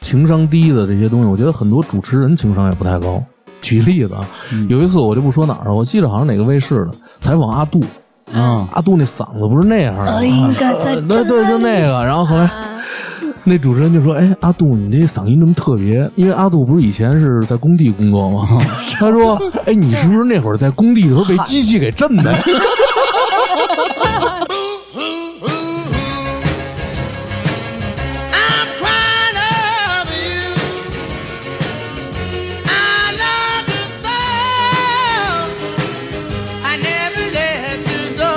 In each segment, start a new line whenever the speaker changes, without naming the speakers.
情商低的这些东西，我觉得很多主持人情商也不太高。举例子啊，
嗯
有一次我就不说哪儿了，我记得好像哪个卫视的采访阿杜，
啊，
阿杜那嗓子不是那样的吗，
我哎应该在
呃对对，就那个。然后后来那主持人就说：“哎，阿杜，你这嗓音这么特别，因为阿杜不是以前是在工地工作吗？” 他说：“哎，你是不是那会儿在工地的时候被机器给震的？”
I'm crying over you. I love you so. I never let you go.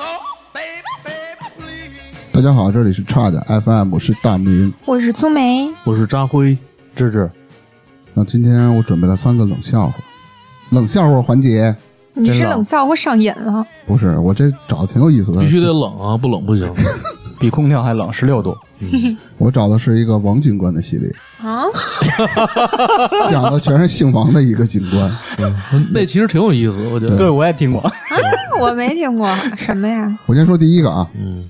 Oh, baby, baby, please.
大家好，这里是差点 FM，我是大明。
我是粗梅，
我是扎辉，
芝芝，
那今天我准备了三个冷笑话，冷笑话环节
你是
真冷
冷笑话上瘾了，
不是我这找的挺有意思的
必，须得冷啊，不冷不行。
嗯 比空调还冷，十六度。
我找的是一个王警官的系列
啊，
讲的全是姓王的一个警官。
那其实挺有意思，我觉得。
对，我也听过。
我没听 过什么呀？
我先说第一个啊，
嗯，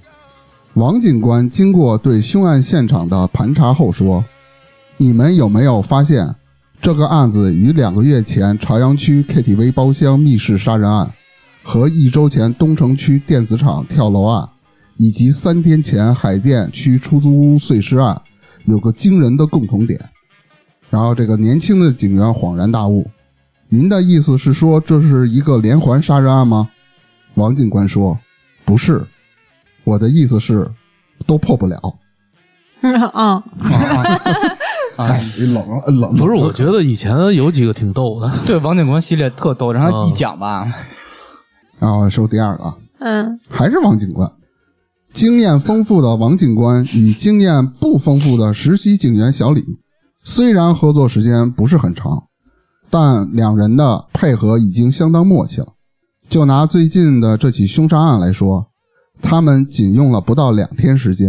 王警官经过对凶案现场的盘查后说：“你们有没有发现，这个案子与两个月前朝阳区 KTV 包厢密室杀人案，和一周前东城区电子厂跳楼案，以及三天前海淀区出租屋碎尸案有个惊人的共同点？”然后这个年轻的警员恍然大悟：“您的意思是说这是一个连环杀人案吗？”王警官说：“不是。”我的意思是，都破不了。
嗯啊，
哎，冷了冷
不是，我觉得以前有几个挺逗的。
对，王警官系列特逗，然后一讲吧，
啊，我说第二个啊，
嗯，
还是王警官。经验丰富的王警官与经验不丰富的实习警员小李，虽然合作时间不是很长，但两人的配合已经相当默契了。就拿最近的这起凶杀案来说，他们仅用了不到两天时间，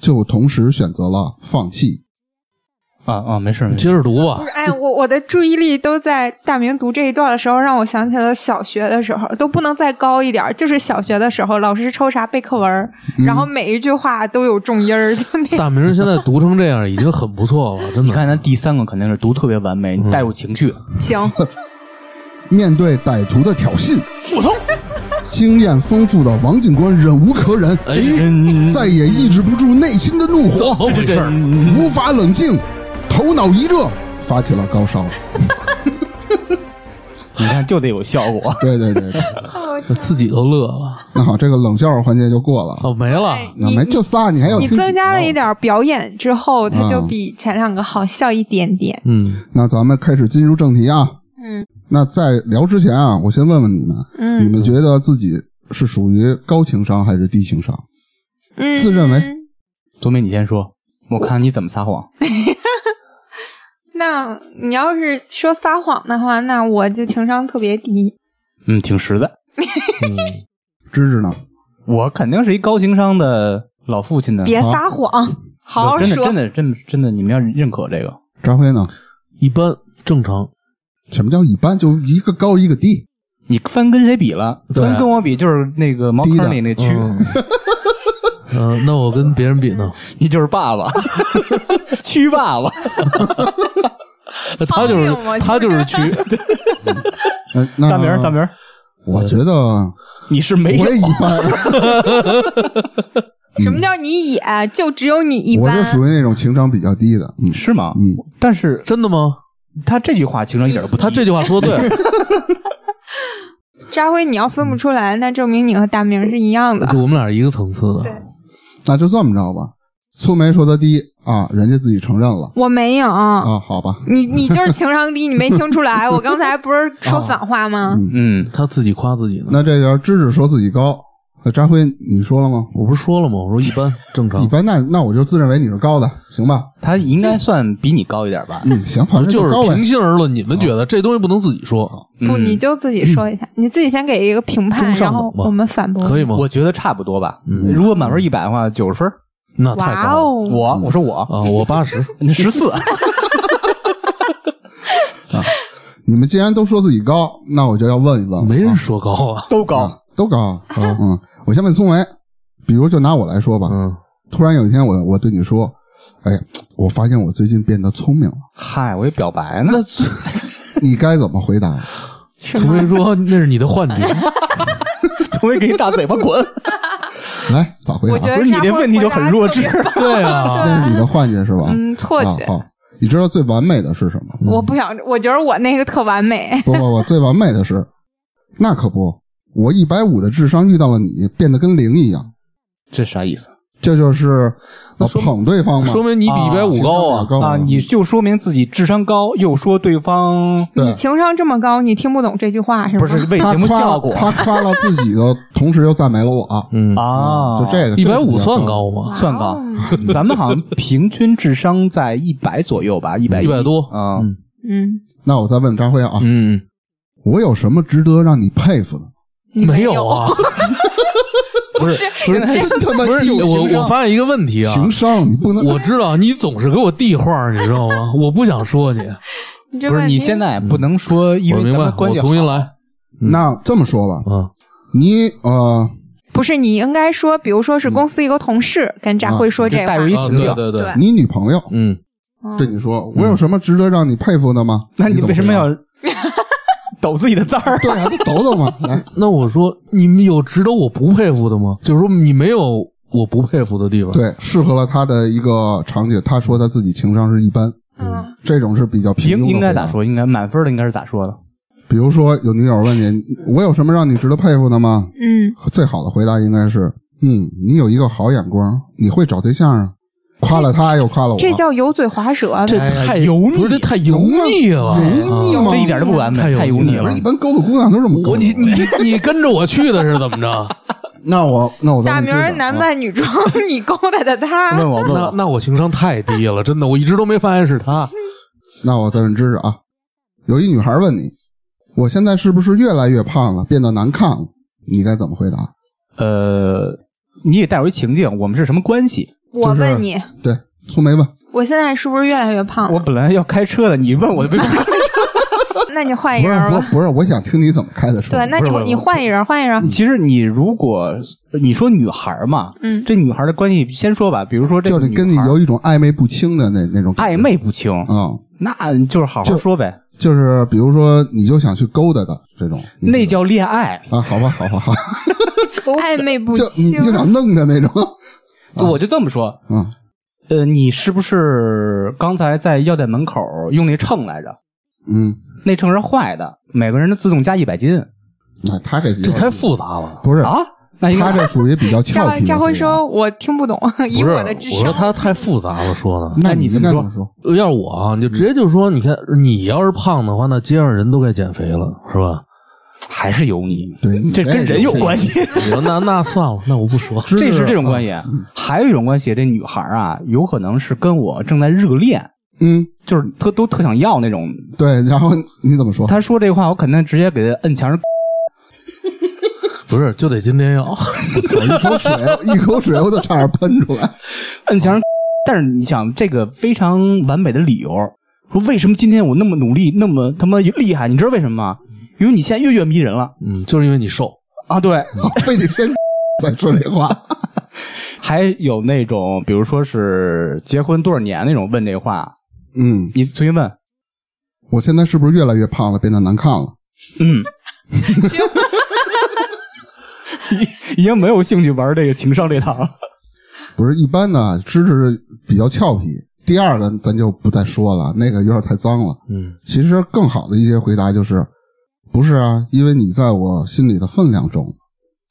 就同时选择了放弃。
啊啊，没事，没事
接着读吧
不是，，哎，我我的注意力都在大明读这一段的时候，让我想起了小学的时候，都不能再高一点儿，就是小学的时候，老师抽查背课文儿，
嗯
然后每一句话都有重音儿，就 那
大明现在读成这样已经很不错了，真
你
的。
看咱第三个肯定是读特别完美，你带入情绪。
行，
面对歹徒的挑衅，
我操！
经验丰富的王警官忍无可忍，
哎，
再也抑制不住内心的怒
怎么
火，
回事儿？
无法冷静，头脑一热，发起了高 烧。
你看就得有效果。
对对对对，
自己都乐了。
那好，这个冷笑话环节就过了。
哦，没了。
哎
那没就仨，你还要
你
听几个
增加了一。点儿表演之后，它就
嗯
比前两个好笑一点点。
嗯，
那咱们开始进入正题啊。
嗯，
那在聊之前啊，我先问问你们，你
嗯
们觉得自己是属于高情商还是低情商？
嗯，
自认为
左美，你先说，我看你怎么撒谎。
那你要是说撒谎的话，那我就情商特别低。
嗯，挺实在。
嗯
芝芝呢？
我肯定是一高情商的老父亲呢。
别
啊
撒谎，好好
真的
说。
真的真的真的，你们要认可这个。
张辉呢？
一般正常。
什么叫一般？就一个高一个低。
你翻跟谁比了？
对
翻跟我比就是那个茅
低的
坑里那区，
嗯，呃，那我跟别人比呢，
嗯
你就是爸 爸，区爸爸。
他就
苍蝇嘛
是他就是 区，
呃、那
大明儿，大明儿，哎
我觉得我
你是没有
也一般。
什么叫你野？就只有你一
我就
般。
属于那种情商比较低的，嗯，
是吗？
嗯，
但是
真的吗？
他这句话情商一点都不低，
他这句话说的对，
扎辉，你要分不出来，那证明你和大明是一样的。
就我们俩是一个层次的。
那就这么着吧。粗梅说的低啊，人家自己承认了
我没有，
啊，好吧，
你你就是情商低，你没听出来？我刚才 不
啊
是说反话吗？
嗯，
他自己夸自己呢。
那这个芝芝说自己高，那张辉你说了吗？
我不是说了吗？我说一般正常
一，般，那那我就自认为你是高的，行吧？
他应该算比你高一点吧？
嗯，行，反正
就是
高呗
平。心而论，你们觉得这东西不能自己说，
不，你就自己说一下，你自己先给一个评
嗯
判，
中
然
上
后
等吧
我们反驳。
可以吗？
我觉得差不多吧。如果满分一百的话，九十分。
那太
哇
高了
哦，
我我说我
啊！我八十，
十四，
你们既然都说自己高，那我就要问一问，
没人说 高啊。
嗯
都高。
啊，都高，嗯，我先问粗梅，比如就拿我来说吧，
嗯
突然有一天我我对你说，哎，我发现我最近变得聪明了，
嗨，我以为表白 呢，
你该怎么回答？
除非说那是你的 幻觉，
除非给你大嘴巴滚。
来，咋回
我 觉
答？
得
不是你这问题就很弱智
沙漠回答特
对 啊，
那是你的幻觉是吧？
别嗯，错觉。
啊。好，你知道最完美的是什么？
我不想，我觉得我那个特完美。
不不不，最完美的是，那可不，我一百五的智商遇到了你，变得跟零一样，
这啥意思
这就是
那
我
说
捧对方嘛。
说明你比一百五高
啊
啊。
高
啊？你就说明自己智商高，又说对方
对
你情商这么高，你听不懂这句话是吗？
不是为
他
节目
夸
效
了
果
他夸了自己的同时又赞美 了我
嗯，
啊？
就这个
一百五
这个比较
算高吗？
算
哇
高
哦，
咱们好像平均智商在一百左右吧，一百
100多
啊，
嗯
嗯，
那我再问张辉啊，
嗯，
我有什么值得让你佩 服的？
你
没
有
有啊，
不是，不
是
这
他妈
不是
低
我
情商
我发现一个问题啊，
情商，你不能
我知道你总是给我递话儿，你知道吗？我不想说你，
你这
不是
问题
你现在不能说，因
我
为
明
咱
白
们，关
我
系
重新来。
那这么说吧，
嗯，
你呃，
不是你应该说，比如说是公司一个同事跟扎辉说这
就带
话
入，一
啊
情
对
调。
对对
对，
你女朋友
嗯，
嗯
对你说，我有什么值得让你佩服的吗？
嗯 那你
怎
为什么
回答
要抖自己的字儿？
对啊，不抖抖吗？来，
那我说你们有值得我不佩服的吗？就是说你没有我不佩服的地方。，
对，适合了他的一个场景。他说他自己情商是一般，
嗯，
这种是比较平庸
应
的。
应该咋？说？应该满分的应该是咋
啊
说的？嗯
比如说有女友问你，我有什么让你值得佩服的吗？
嗯，
最好的回答应该是，嗯，你有一个好眼光，你会找对象啊。夸了他又夸了我，
这叫油嘴滑舌。
这
哎呀
太
油腻
不是这太油腻了，
油腻
啊
吗？
这一点都不完美，
太油
太油
腻
腻
不
了
了
是。一般高的姑娘都这么高
我你你你跟着我去的是怎么着？
那我那我再
大
问
名
这
儿
个
男
啊
扮女装，你勾搭的
问
他，
我问
那
我，
那我情商太低了，真的，我一直都没发现是他。
那我再问知识啊，有一女孩问你，我现在是不是越来越胖了，变得难看了？你该怎么回答？
呃，你也带入一情境，我们是什么关系？
我问你，
对，粗眉问，
我现在是不是越来越胖
我
了？
本来要开车的，你问我就被
那你换一
不
个
是
人
我
吧。
不是，我想听你怎么开的车。
哎对，那
不
你
是不是
你换一人，换一人。
其实你如果你说女孩儿嘛，
嗯
这女孩儿的关系先说吧，比如说这
就
个
是
女
跟你
孩儿
有一种暧昧不清的那那种感
暧
觉
昧不清，
嗯，
那就是好好
就
说呗，
就是比如说你就想去勾搭的这种，你
那叫恋爱。
啊，好吧，好吧，好吧，
暧昧不
就你
清
就，想弄的那种，
我就这么说，
嗯，
呃，你是不是刚才在药店门口用那秤来着？
嗯，
那秤是坏的，每个人的自动加一百斤
那他这
这太复杂了。
不是，
啊？那应
他
该
这属于比较俏
扎
皮的。
扎辉，说：“我听不懂，以
不是，
我的
我
智
说
商，
他太复杂了，说哎的。
那
那你
应
怎么
该
说
么说？
要是我啊，你就直接就说，你看你要是胖的话，那街上人都该减肥了，是吧？
还是有你，
对，你
这跟人有关。系。
我说那那算了，那我不说。
这是这种关
系。
系，还有一种关系，这女孩儿啊，有可能是跟我正在热恋，
嗯，
就是特都特想要那种。
对，然后你怎么说？
她说这话，我肯定直接给她摁墙上。
不是，就得今天要。
我一口水，一口水我都差点喷出来。
摁墙上。但是你想，这个非常完美的理由，说为什么今天我那么努力，那么他妈厉害？你知道为什么吗？因为你现在越越迷人了
嗯，就是因为你瘦，
啊！对，
非得先再说这话。
还有那种，比如说是结婚多少年那种问这话，
嗯，
你重新问，
我现在是不是越来越胖了，变得难看了？
嗯， 已已经没有兴趣玩这个情商这堂了。
不是一般的，芝芝比较俏皮。第二个咱就不再说了，那个有点太脏了。
嗯，
其实更好的一些回答就是，不是啊，因为你在我心里的分量重。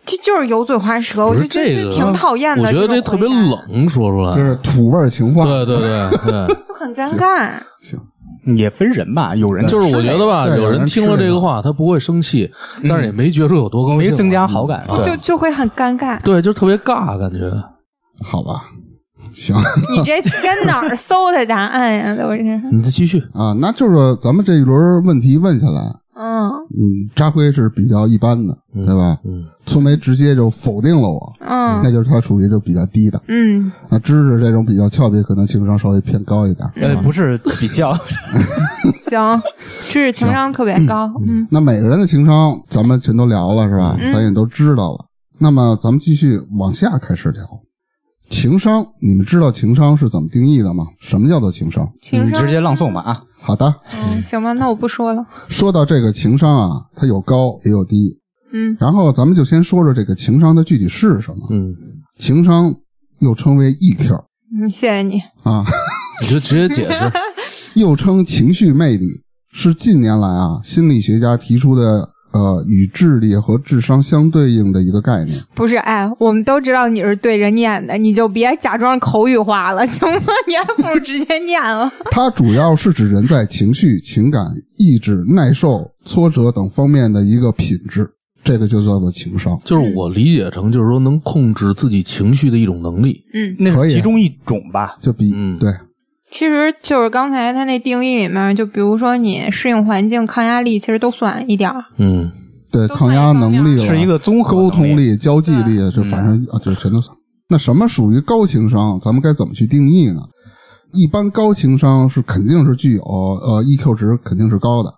这就是油嘴滑舌，我
不
就是觉得
这个，
挺讨厌的。
我觉得这特别
种回答，
冷，说出来。
这是土味儿情话。
对对对对，
就很尴尬。
行，
也分人吧，有 人
就是我觉得吧，
对
有
有人
人听了
吃
这
这
个
个
话，他不会生气，但是也没觉出有多高兴，。
没增加好感，
就
对，
就会很尴尬
对，就特别尬，感觉
好吧，行
你这跟哪儿搜的答案呀？都是，
你再继续，
啊，那就是咱们这一轮问题问下来，
嗯
嗯，扎辉是比较一般的，对吧？
嗯，
粗眉直接就否定了我，那
嗯
就是他属于就比较低的。
嗯，
那芝芝这种比较俏皮，可能情商稍微偏高一点。
呃，不是比较，
行，这是情商特别高。嗯，
那每个人的情商，咱们全都聊了是吧？
嗯
咱也都知道了。那么咱们继续往下开始聊。情商，你们知道情商是怎么定义的吗？什么叫做情商？
你
情商
直接朗诵吧啊！
好的，
嗯，行吧，那我不说了。
说到这个情商啊，它有高也有低。
嗯
然后咱们就先说说这个情商的具体是什么。
嗯，
情商又称为 EQ
嗯，谢谢你。
啊，
你就直接解释，
又称情绪魅力，是近年来啊心理学家提出的呃与智力和智商相对应的一个概念。
不是，哎，我们都知道你是对着念的，你就别假装口语化了，行吗？你还不如直接念了。
它主要是指人在情绪、情感、意志、耐受、挫折等方面的一个品质，这个就叫做情商。
就是我理解成就是说能控制自己情绪的一种能力。
嗯，
那
可
是
以
其中一种吧。
就比、
嗯
对
其实就是刚才他那定义里面，就比如说你适应环境、抗压力，其实都算一点儿。
嗯，
对
都
抗压
算一方面
能力了
是一个综合
沟通
能力，
力、交际力，这反正啊，这全都算。那什么属于高情商？咱们该怎么去定义呢？一般高情商是肯定是具有呃 EQ 值肯定是高的，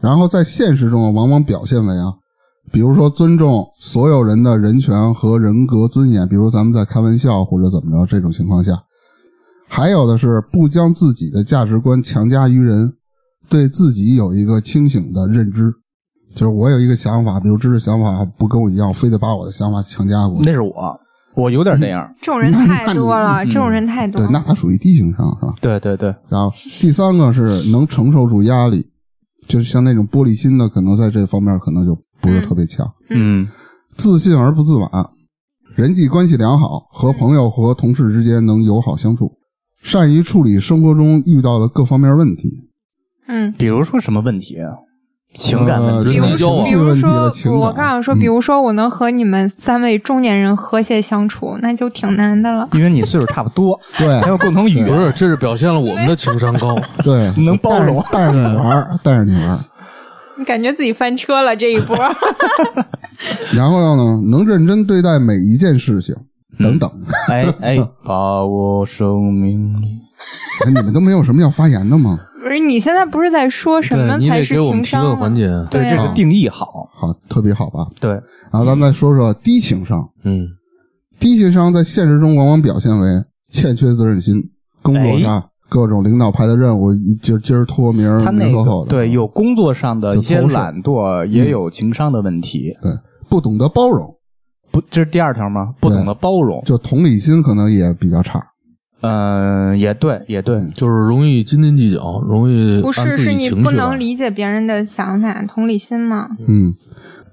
然后在现实中往往表现为啊，比如说尊重所有人的人权和人格尊严，比如咱们在开玩笑或者怎么着这种情况下，还有的是不将自己的价值观强加于人，对自己有一个清醒的认知，就是我有一个想法，比如芝芝想法不跟我一样，非得把我的想法强加给我。
那是我，我有点那样。
这种人太多了，这种人太多
对
了。，
那他属于低情商是吧？
对对对，
然后第三个是能承受住压力，就是像那种玻璃心的，可能在这方面可能就不是特别强。
嗯，
自信而不自满，人际关系良好，和朋友和同事之间能友好相处，善于处理生活中遇到的各方面问题。
嗯，
比如说什么问题啊？情感问
呃
题，
人际
比如
交
说，
往
比
情绪
如
问题了
说，
情感
我刚想
嗯
说，比如说，我能和你们三位中年人和谐相处，那就挺难的了。
因为你岁数差不多，
对
还有共同语
不
言，
是，这是表现了我们的情商高。
对，
能包容
带着带着你玩儿，带着你玩儿。
你感觉自己翻车了这一 波，
然后呢，能认真对待每一件事情，等等。
哎哎，把我生命里，
哎你们都没有什么要发言的吗？
不是？你现在不是在说什
对
么
你
才
得
是
给我们
情
提
商
问环
吗？
节。
对
对
这
啊
个定义好，
好，特别好吧。
对，
然后咱们再说说低情商。
嗯，
低情商在现实中往往表现为欠缺责任心，工
哎
作上、各种领导派的任务，一今儿今儿拖明儿
他
明
那
儿后
个
的，
对有工作上的一些
就偷嗯懒
懒惰，也有情商的问题。
对不懂得包容，
不，这是第二条吗？不懂得包容，
就同理心可能也比较差。
嗯，也对，也对，
就是容易斤斤计较，容易
不
按
是，
自
是
己
你
情
不
绪来
能理解别人的想法，同理心嘛。
嗯，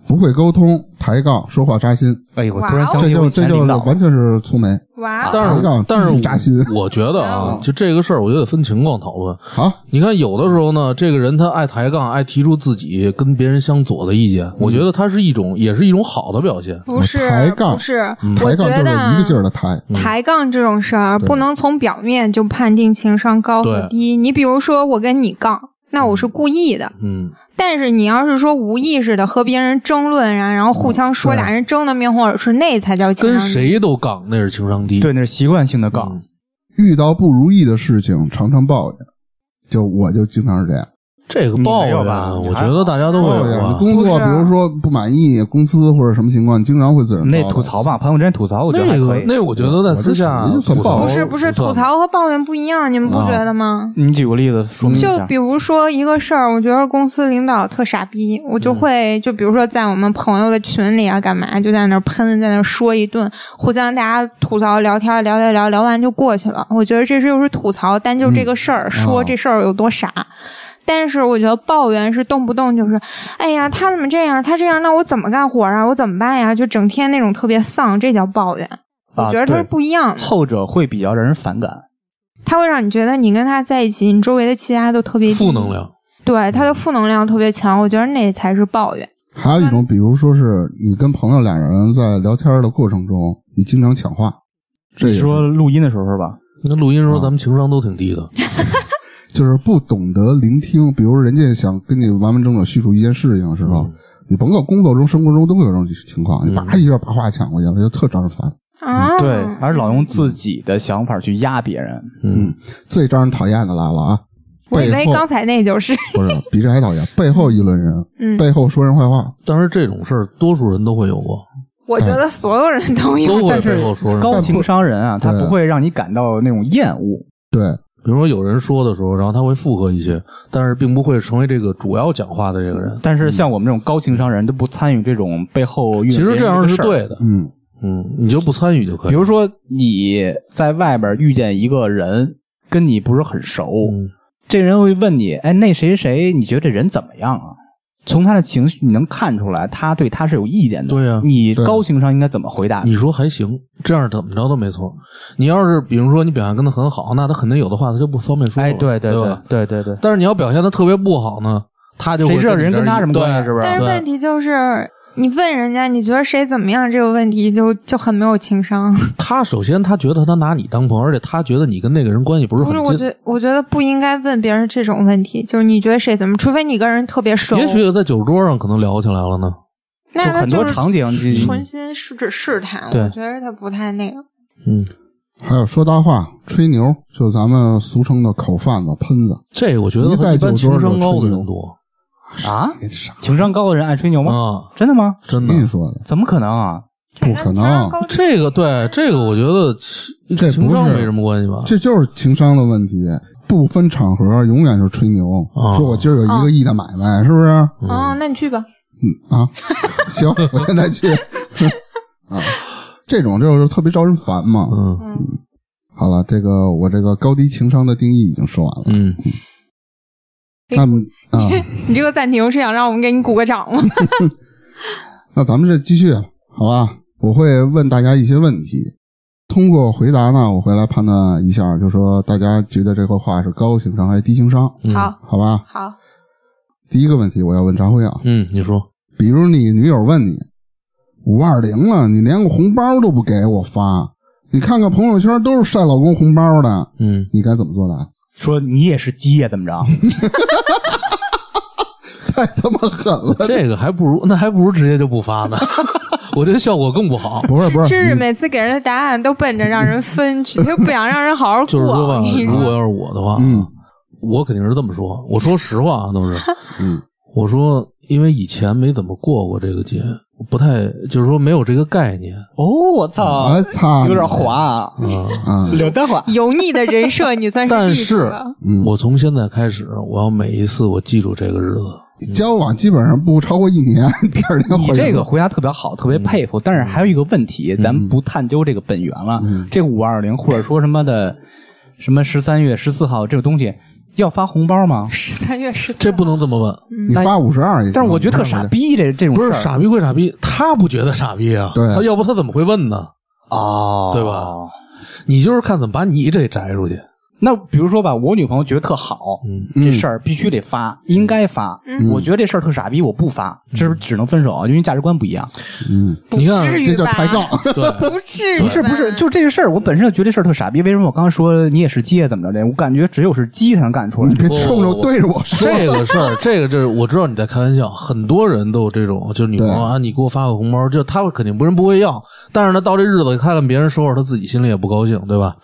不会沟通，抬杠，说话扎心，
哎呦，我
哇哦
突然想
这
起我
就
以
这
前
就
领
是
导，
完全是粗眉。
哇，
但
抬杠
是，但
继续扎心
是我，我觉得啊，
嗯
就这个事儿，我觉得分情况讨论。
好，
你看，有的时候呢，这个人他爱抬杠，爱提出自己跟别人相左的意见，我觉得他是一种，也是一种好的表现。
不是
啊抬，杠嗯
不是，我
抬杠
觉
就是
得啊
一个劲儿的嗯抬。
抬杠这种事儿，不能从表面就判定情商高和低。你比如说，我跟你杠，那我是故意的；
嗯，
但是你要是说无意识的和别人争论啊，然后互相说，
对
俩人争得面红耳赤，那才叫情
跟
商低。
谁都杠，那是情商低。
对，那是习惯性的杠
嗯，
遇到不如意的事情，常常抱怨，就我就经常是这样。
这个
你没
抱
有
怨
吧
啊，
你
我
还
觉得
好
大家都会
抱
有
怨
啊。
工作，
不
比
是
如说不满意公司或者什么情况，经常会自然
那
抱怨
吐槽吧，朋友之间吐槽，我觉得还
那
可
个
以，。
那我觉得在私下
我这属于算
吐槽
抱
不
怨
是不是，
算
吐槽和抱怨不一样，你们不
啊
觉得吗？
你举个例子说明一
就
下
比。如说一个事儿，我觉得公司领导特傻逼，我
嗯
就会、就比如说在我们朋友的群里啊，干嘛就在那儿喷，在那儿说一顿，互相大家吐槽聊天，聊聊聊，聊完就过去了。我觉得这是又是吐槽，单就这
嗯
个事儿、说这事儿有多傻。但是我觉得抱怨是动不动就是，哎呀，他怎么这样？他这样，那我怎么干活啊？我怎么办呀？就整天那种特别丧，这叫抱怨。我
啊
觉得它是
对
不一样的，
后者会比较让人反感，
它会让你觉得你跟他在一起，你周围的气压都特别低
负能量。
对，它的负能量特别强，我觉得那才是抱怨。
还有一种，比如说是你跟朋友俩人在聊天的过程中，你经常抢话，这也
你
是
说录音的时候是吧？
那录音时候咱们情商都挺低的，
就是不懂得聆听。比如人家想跟你完完整整叙述一件事情的时候，你甭管工作中、生活中都会有这种情况，你叭一下把话抢过去了，就特招人烦。
啊，
嗯对，而老用自己的想法去压别人，
嗯，
最招人讨厌的来了啊！
我以为
背后
刚才那就是，
不是比这还讨厌，背后议论人，
嗯，
背后说人坏话，
但是这种事儿多数人都会有过。
我觉得所有人都有
都。会
但是
背后说什么。
高情商人啊，他
对
不会让你感到那种厌恶。
对，
比如说有人说的时候，然后他会附和一些，但是并不会成为这个主要讲话的这个人。
但是像我们这种高情商人都不参与这种背后运
嗯其实这样是对的，
嗯
嗯，你就不参与就可以。
比如说你在外边遇见一个人，跟你不是很熟，
嗯
这人会问你：“哎，那谁谁，你觉得这人怎么样啊？”从他的情绪你能看出来，他对他是有意见的。
对呀
你高情商应该怎么回答？
你说还行，这样怎么着都没错。你要是比如说你表现跟他很好，那他肯定有的话他就不方便说了。
哎，对
对
对
吧
对对对，
但是你要表现的特别不好呢，他就会
谁知道
你
人跟
这儿
他什么关
对
系？是不
但是
是？
问题就是，你问人家你觉得谁怎么样这个问题就，就很没有情商。
他首先他觉得他拿你当朋友，而且他觉得你跟那个人关系不是
不是，
很
我
近。
觉我觉得不应该问别人这种问题，就是你觉得谁怎么，除非你跟人特别熟，
也许在酒桌上可能聊起来了呢。
那
就
他
很多
就是
场景，你
存心试着试探，
对
我觉得他不太那个。
嗯，
还有说大话、吹牛，就咱们俗称的口贩子、喷子。
这个我觉得
一
和
在
一般
酒桌
情
上
商高的
吹牛
人多
啊，
哎傻
情商高的人爱吹牛吗？嗯
啊，
真的吗？
真的
跟。你说的，
怎么可能啊？
不可能，
这个对这个，我觉得情
这不是
情商没什么关系吧？
这就是情商的问题。不分场合，永远是吹牛，
啊
说我今儿有一个亿的买卖，是不是？
嗯
哦，那你去吧。
啊， 行，我现在去。 啊，这种就是特别招人烦嘛。
嗯
嗯，
好了，这个我这个高低情商的定义已经说完了。
嗯，
那么啊，
你这个暂停是想让我们给你鼓个掌吗？
那咱们这继续，好吧？我会问大家一些问题，通过回答呢，我会来判断一下，就说大家觉得这个话是高情商还是低情商，
嗯
好
好吧？
好，
第一个问题我要问张辉啊，
嗯，你说
比如你女友问你五二零了，你连个红包都不给我发，你看看朋友圈都是晒老公红包的， 啊
嗯，
你该怎么作答？
说你也是鸡呀？怎么 着？
太他妈狠了！
这个还不如那还不如直接就不发呢， 我觉得效果更不好。
不是不
知识
是，
每次给人的答案都奔着让人分去，他又不想让人好 好
就是说
过
吧。，
你
如果
说
要是我的话，
嗯，
我肯定是这么说。我说实话啊，都是，
嗯，
我说因为以前没怎么过过这个节，我不太就是说没有这个概念
哦，我
我、
操，
操，
有点滑啊，
啊。
啊！
刘德华。
油腻的人设，你算
但
立住
是
了。
嗯，
我从现在开始，我要每一次我记住这个日子。
交往基本上不超过一年， 第二天
你
回
这
来
个回答特别好，特别佩服。但是还有一个问题，咱们不探究这个本源了。这个五二零或者说什么的，什么十三月十四号这个东西，要发红包吗？
十三月十四，
这不能这么问，
你发五十二也行，
但是我觉得特傻逼，这这种
不是
事儿
傻逼归傻逼，他不觉得傻逼啊，
对
他要不他怎么会问呢？
哦，
对吧？你就是看怎么把你这摘出去。
那比如说吧，我女朋友觉得特好，这事儿必须得发，应该发。我觉得这事儿特傻逼，我不发，这是不是只能分手啊？因为价值观不一样。
你看
至
嗯这
于
叫
吧？
抬杠，
对，
不至于，
不是不是，就这个事儿，我本身就觉得这事儿特傻逼。为什么我刚刚说你也是鸡啊怎么着的？我感觉只有是鸡才能干出来
你。别冲着
不
对着我说。
这个事 儿，这个这我知道你在开玩笑，很多人都有这种，就是女朋友
对
啊，你给我发个红包，就他肯定不人不会要，但是呢，到这日子看看别人收着，他自己心里也不高兴，对吧？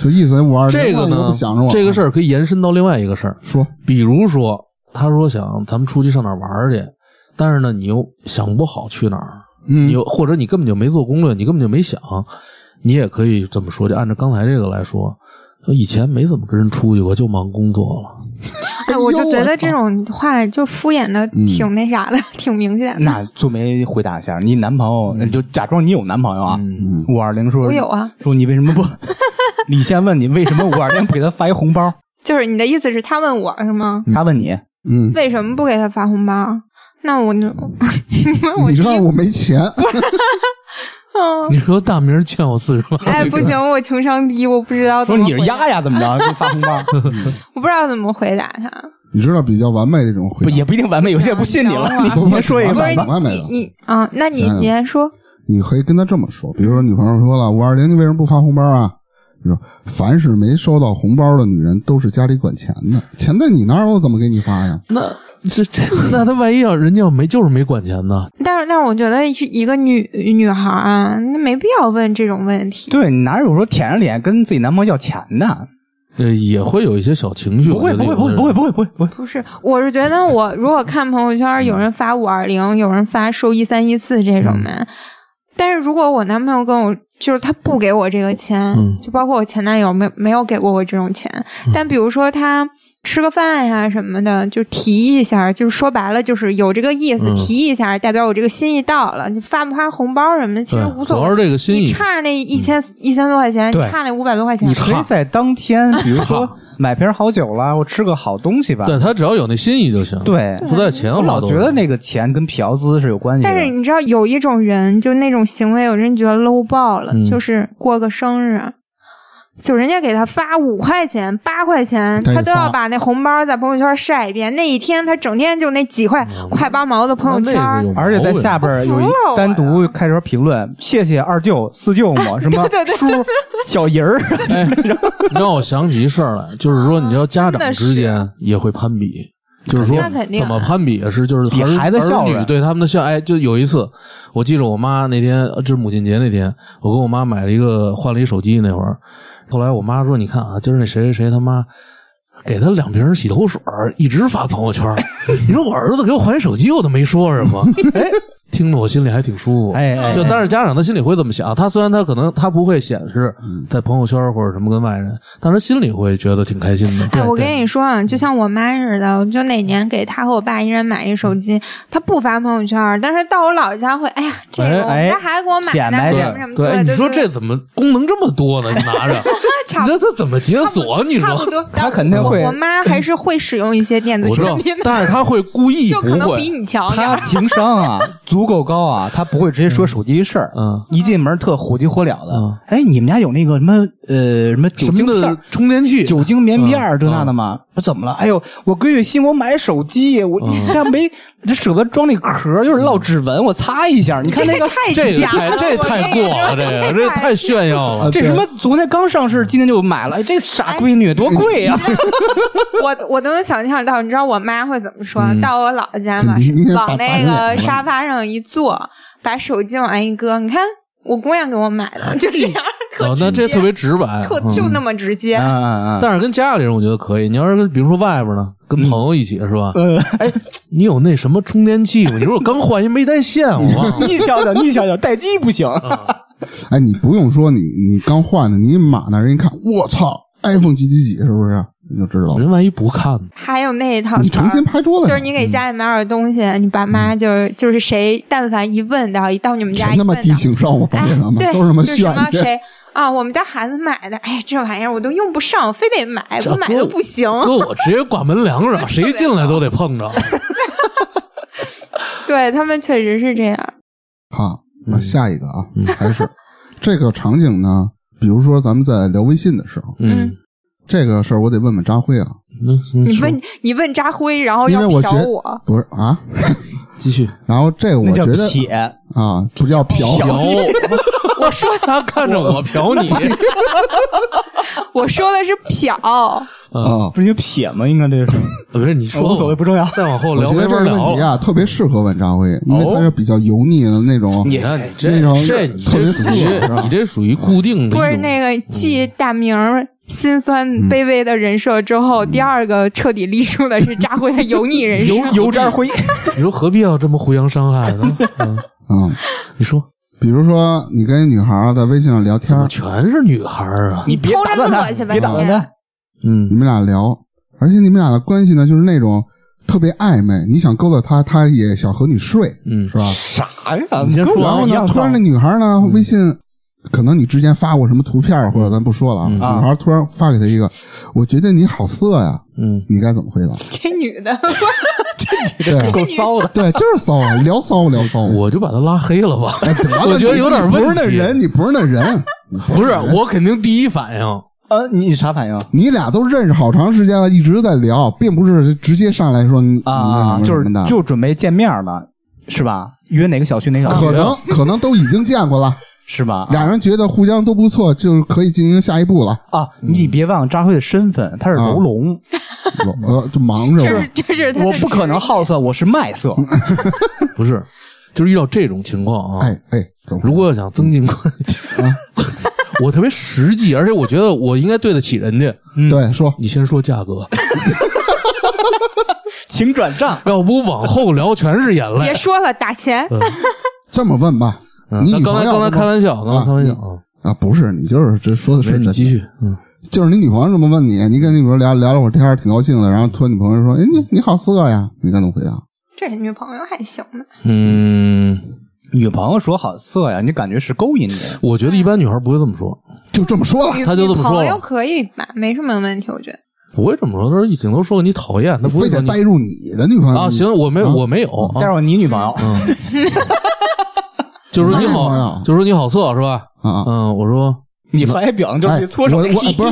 就意思五 二零
这个
不
呢
想着我，，
这个事
儿
儿可以延伸到另外一个事儿，
说
比如说他说想咱们出去上哪儿玩儿去，但是呢，你又想不好去哪儿，
嗯
你又或者你根本就没做攻略，你根本就没想，你也可以这么说，就按照刚才这个来说。以前没怎么跟人出去过，就忙工作了。
哎，我就觉得这
哎呦
种话就敷衍的挺那啥的， 挺明显的。
那做梅回答一下，你男朋友你就假装你有男朋友啊？五二零说，
我有啊。
说你为什么 不？李现问你为什么五二零不给他发一红 包？
就是你的意思是他问我是吗？
他问你，
嗯，
为什么不给他发红包？那我就 我
你
第
知
一
道我没钱，
你说大明欠我四十万，
哎不行，我情商低，我不知道
说
怎么
你
回答
是丫呀，怎么着？给你发红 包，
我不知道怎么回答他。
你知道比较完美的这种
不
回答。
也不一定完美，有些人不信你了。
你
你
知
道吗
啊你先说一个
不
吧
是。
你
完美
你
了
你啊，那你
想想
你先说，
你可以跟他这么说，比如说女朋友说了五二零，你为什么不发红包啊？你说，凡是没收到红包的女人，都是家里管钱的，钱在你那儿，我怎么给你发呀？
那这这， 那他万一要人家要没就是没管钱呢？
但是但是我觉得是一个女女孩儿啊，那没必要问这种问题。
对，你哪有说舔着脸跟自己男朋友要钱的？
呃，也会有一些小情绪。
不会，
我觉
不
得
会，
有的人
不会，不会，不会，不会，不会。
不是，我是觉得
嗯
我如果看朋友圈有人发五二零，有人发收一三一四这种的，但是如果我男朋友跟我就是他不给我这个钱，
嗯
就包括我前男友没没有给过我这种钱，但比如说他吃个饭呀什么的，就提一下，就是说白了就是有这个意思，
嗯
提一下代表我这个心意到了。你发不发红包什么的，其实
对
无所
主要
谓。
是这个心
你
意，
差那一千一千多块钱，你
对
差那五百多块钱
你，可以在当 天，比如说买瓶好酒啦，我吃个好东西吧。
对他只要有那心意就行。，
对，
不在钱
我
花
老
多
觉
少
得那个钱跟嫖资是有关系的。
但是你知道有一种人，就那种行为，我真觉得 low 爆了。
嗯
就是过个生日，啊就人家给他发五块钱、八块钱，
他也
他都
发
要把那红包在朋友圈晒一遍。那一天他整天就那几块、块八毛的朋友
那
圈，
那个有毛
而且在
病
下边有一
我服了我
单独开始评论，谢谢二舅、四舅 嘛，什么
对对对
叔、小姨儿，
哎，你 让我想起一事儿来，就是说，你知道家长之间也会攀比，就是说
哦那肯定啊
怎么攀比也是，就是
比
儿
孩子孝
儿
顺
女对他们的孝。哎，就有一次，我记着我妈那天，呃就是母亲节那天，我跟我妈买了一个换了一手机那会儿，后来我妈说：“你看啊，今儿那谁谁谁他妈。”给他两瓶洗头水儿，一直发朋友圈儿。 你说我儿子给我换一手机，我都没说什么， 哎，听得我心里还挺舒服。
哎哎
就
哎
但是家长他心里会这么想，他虽然他可能他不会显示在朋友圈或者什么跟外人，但是心里会觉得挺开心的。
哎，我跟你说啊，就像我妈似的，我就哪年给她和我爸一人买一手机，她不发朋友圈儿，但是到我姥爷家会，哎呀，这个我
哎
们家孩子给我买
显
的
摆
什
点
么什
对
么，
对，哎
对
你说
对
这怎么功能这么多呢？你拿 着，
差
你这这怎么解锁？你
差不
说，
多，
他肯定会
我我妈还是会使用一些电子
我知
产
道
品，的，
但是他会故意
就
不
可能
会
比，你强点
他
儿。
情商啊足够高啊，他不会直接说手机事儿。
嗯，
一进门特火急火燎的
嗯，
哎，你们家有那个什么呃什么酒
什
精
么
片
的
儿
充电器，
酒精棉片儿
嗯
这那的吗？我怎么了？哎呦，我闺女新给我买手机，我
嗯
你这没这舍不得装那壳儿，有点落指纹，我擦一下。你看那个
太
这个
假
太
了
这
我
太过了，这个这太炫耀了。
这什么昨天刚上市，今天就买了，哎这傻闺女多贵呀！
我我都能想象到，你知道我妈会怎么说？到我姥姥家嘛
你你，也
往
打打
那
着脸
个
了
沙发上一坐，把手机往那一搁，你看我姑娘给我买的，就这样，特
哦，
直
那这
接
特别直白，
特
嗯
就那么直 接。
嗯嗯嗯，
但是跟家里人我觉得可以。你要是跟比如说外边呢，跟朋友一起是吧？哎，你有那什么充电器吗？你说我刚换一没带线，我忘了。
你瞧瞧，你瞧瞧，待机不行。
哎，你不用说你，你刚换的，你一码那儿人一看，我操，iPhone 几几几是不是？你就知道了。
人万一不看呢？
还有那一套
你
词儿
重新拍桌子
就
上，
是你给家里买点东西，你爸妈就是就是谁，但凡一问到，一到你们家
全
一
他妈
问
低
到，
情商，我发
哎
现他，们
对，
都是他妈
就
炫
什么
的。
谁啊，我们家孩子买的，哎，这玩意儿我都用不上，非得买，
这
不买
哥
都不行。
哥，我直接挂门梁 上，谁进来都得碰着。
对他们确实是这样。
好，那下一个啊，还是这个场景呢？比如说咱们在聊微信的时候，
嗯，
这个事儿我得问问扎辉啊，
那
嗯你问你问扎辉，然后
因
要
为我觉
嫖
得
我，
不是啊，
继续
然后这个我
那
觉
叫
得
撇，
啊，不叫嫖，
嫖。 我说 他看着我嫖你，
我说的是嫖，
啊，
不是应该撇吗？应该这是
不是你说吧
无所谓，不重要。
再往后
我
聊
觉
没
得这
法
个
聊
问题
了。
啊，特别适合问扎辉，因为他是比较油腻的那种。
你
哎
看你这
那种
这你
特
这
别
属
色是吧
于你这属于固定的一种，
不是那个继大明儿心酸卑微的人设之后，第二个彻底立住的是扎辉的油腻人设。
油渣灰，
你说何必要这么互相伤害呢？嗯
嗯，
你说
比如说你跟女孩儿在微信上聊天
怎
儿
么，全是女孩儿啊？
你别
偷着
打断
乐
他，
去吧
别打断
你
他。
嗯
你，们俩聊，而且你们俩的关系呢，就是那种特别暧昧，你想勾搭她，她也想和你睡，
嗯
是吧？
啥
啊
呀？
你先
跟
说
我
然后
一样
呢，突然
脏
那女孩呢，微信可能你之前发过什么图片儿，或者咱不说了啊，
嗯
啊
女孩突然发给他一个，我觉得你好色呀，
嗯，
你该怎么回答？
这女的，
对
够骚的。
对，就是骚啊，聊骚聊 骚。
哦我就把他拉黑了吧。
哎，怎么了
我觉得
你
有点
你不是
问
那
题
人，你不是那人，
不是，我肯定第一反应，
呃，你啥反应
你俩都认识好长时间了，一直在聊，并不是直接上来说你
啊？
你那什么
就
什
是
么的
就准备见面了，是吧？约哪个小区哪个小
可
区
能可能都已经见过了，
是吧？
俩人觉得互相都不错，就是可以进行下一步了。
啊，你别忘了扎辉的身份，他是
啊
楼龙，
呃，就忙着
这
了
是。这是她的
我不可能
职业
好色，我是卖色。
不是，就是遇到这种情况啊。
哎哎，怎么
如果要想增进关系，啊 我特别实际，而且我觉得我应该对得起人家。
对说
你先说价格，
请转账，
要不往后聊全是眼
别
泪。
说了，打钱。
这么问吧，
嗯
你
那
女
刚才
朋
刚
友
才
是吗
开玩笑，刚才
啊
开玩笑
你
啊，
啊，不是，你就是这说的
没事
是
你
真
继
的，
续，嗯，
就是你女朋友这么问你，你跟你女朋友聊聊了会儿天儿，挺高兴的，然后突然女朋友说：“哎，你你好色呀？”你该怎么回答？
这女朋友还行吧？
嗯，
女朋友说好色呀，你感觉是勾引你，
我觉得一般女孩不会这么说，
就这么说了，
女
他就这么说了
女朋友可以吧？没什么问题，我觉得。
不会这么说。他说顶多说个你讨厌，他
你
不会
非
说
得
你
带嗯入你的女朋友
啊。行，我没我没有，啊
待会儿你女朋友，
就是说你
没有没
好，
有
就是说你好色是吧？
啊，
嗯，我说
你发一表情就是
哎
你搓手
我我哎
机，
不是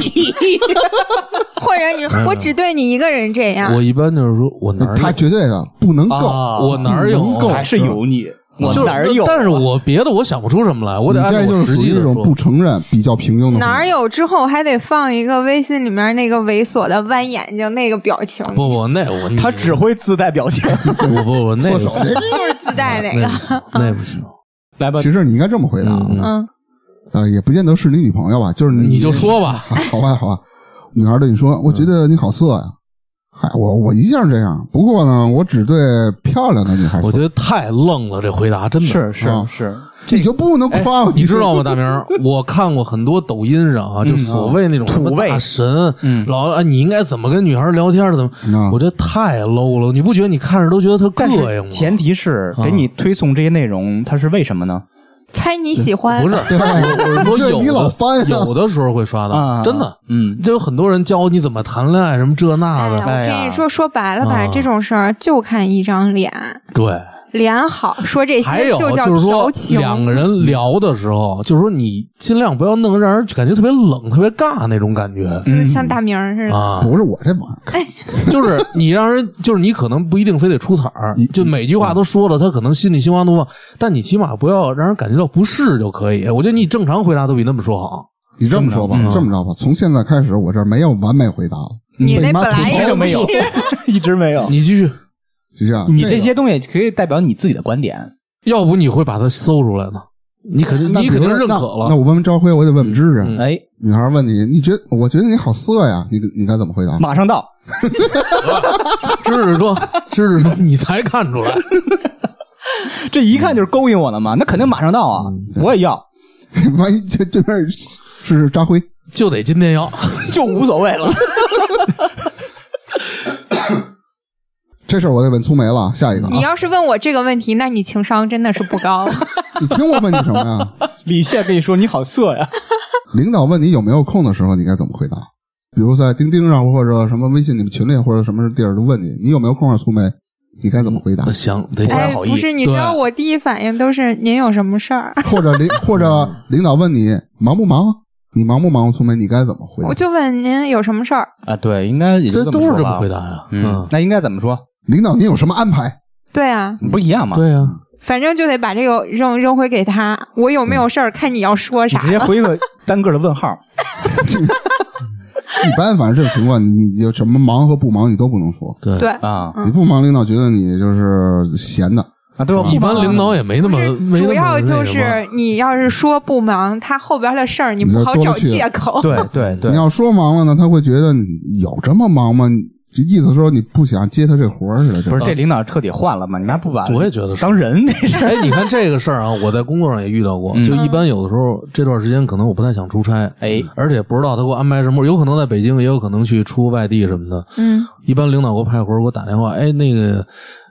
或者你，我只对你一个人这样。
我一般就是说我哪儿有
他绝对的不能够，
啊我哪儿有
能够
还是有你，我
就是
哪儿有啊？
但是我别的我想不出什么来，我
你
得按
这
照
就
我
是
实
属于
际
这
的
种
说
不。承认、比较平庸的朋友。
哪有？之后还得放一个微信里面那个猥琐的弯眼睛那个表情，
不不，那我你
他只会自带表情。
不 不不那个不行
就是自带那
那
个
不。行那不行，
来吧，
其实你应该这么回答，啊
嗯
嗯，
呃，也不见得是你女朋友吧，就是你
你就说吧，嗯
啊 好吧，好吧，女孩对你说，我觉得你好色呀、嗨、我我一向这样，不过呢，我只对漂亮的女孩色。
我觉得太愣了，这回答真的
是是
啊
是，
你就不能夸我，
哎你知道吗，大明儿？我看过很多抖音上啊，就所谓那种什么
嗯土味
大神，
嗯
老啊，你应该怎么跟女孩聊天儿？怎么
嗯？
我这太 low 了，你不觉得你看着都觉得特
但
膈应
是
吗？
前提是给你推送这些内容，它是为什么呢？
猜你喜欢
不是，
对吧？
我是说
对
有
你老
的
翻呀
有的时候会刷
啊
到，真的，
嗯，
就有很多人教你怎么谈恋爱，什么这那
哎呀，
的，
哎
我
呀
跟你说，说白了吧
啊，
这种事儿就看一张脸，
对。
脸好，说这
还
些
有
叫
是说
调，情。
两个人聊的时候，就是说你尽量不要弄得让人感觉特别冷、特别尬那种感觉
就是像大明儿似的，
啊。
不是我这玩意儿，
就是你让人，就是你可能不一定非得出彩儿
你，
就每句话都说了，他可能心里心花怒放，但你起码不要让人感觉到不适就可以。我觉得你正常回答都比那么说好。
你这么说吧，这么着吧，从现在开始，我这儿没有完美回答了。
你那
被妈
本来
吐槽
这
也
就没有啊
不是，
一直没有。
你继续，
就像
你
这
这
个
些东西可以代表你自己的观点，
要不你会把它搜出来呢？你肯定，
那
你
比
肯
如
定
说
认可
那。那
了。
我问问朝晖，我得问问芝芝。
嗯
哎，
女孩问你，你觉得我觉得你好色呀？你你该怎么回答？
马上到。
知识说，知识说，你才看出来。
这一看就是勾引我的嘛，那肯定马上到啊！我也要，
万一这对面是是扎辉，
就得今天要，？
就无所谓了。
这事儿我得问粗梅了。下一个啊，
你要是问我这个问题，那你情商真的是不高。
啊你听我问你什么呀？
李现跟你说你好色呀，
领导问你有没有空的时候，你该怎么回答？比如在钉钉上，或者什么微信你们群里，或者什么地儿都问你，你有没有空啊？粗梅，你该怎么回答
行，得
不太
先
哎，
好意
不是，你知道
对
我第一反应都是您有什么事儿，
或者领或者领导问你忙不忙啊？你忙不忙啊？粗梅，你该怎么回答
我？就问您有什么事儿。
啊，对，应该也
这
就
都
么
是
说
这
吧
么回。答呀。
嗯，，那应该怎么说？
领导，你有什么安排？
对啊，
嗯
不一样吗？
对呀，
反正就得把这个扔扔回给他。我有没有事儿，看你要说
你
啥呃
直。接回一个单个的 问号。
一般反正这种情况，你你就什么忙和不忙你都不能说。
对。
对，
啊
你不忙，领导觉得你就是闲的。
啊，对吧？
一般领导也没那么
不是，
没那么
主要
那什
就
么
是你要是说不忙，他后边的事儿你
你就
不好
多了
找
去了
借口。
对对对
你，要说忙了呢，他会觉得你有这么忙吗？你就意思说你不想接他这活儿似的。
不是这领导彻底换了吗？你妈不把
我也觉得是
当人这是
哎，你看这个事儿啊，我在工作上也遇到过。
嗯
就一般有的时候这段时间可能我不太想出差，
哎
而且不知道他给我安排什么，有可能在北京，也有可能去出外地什么的。
嗯，
一般领导给我派活儿给我打电话，哎，那个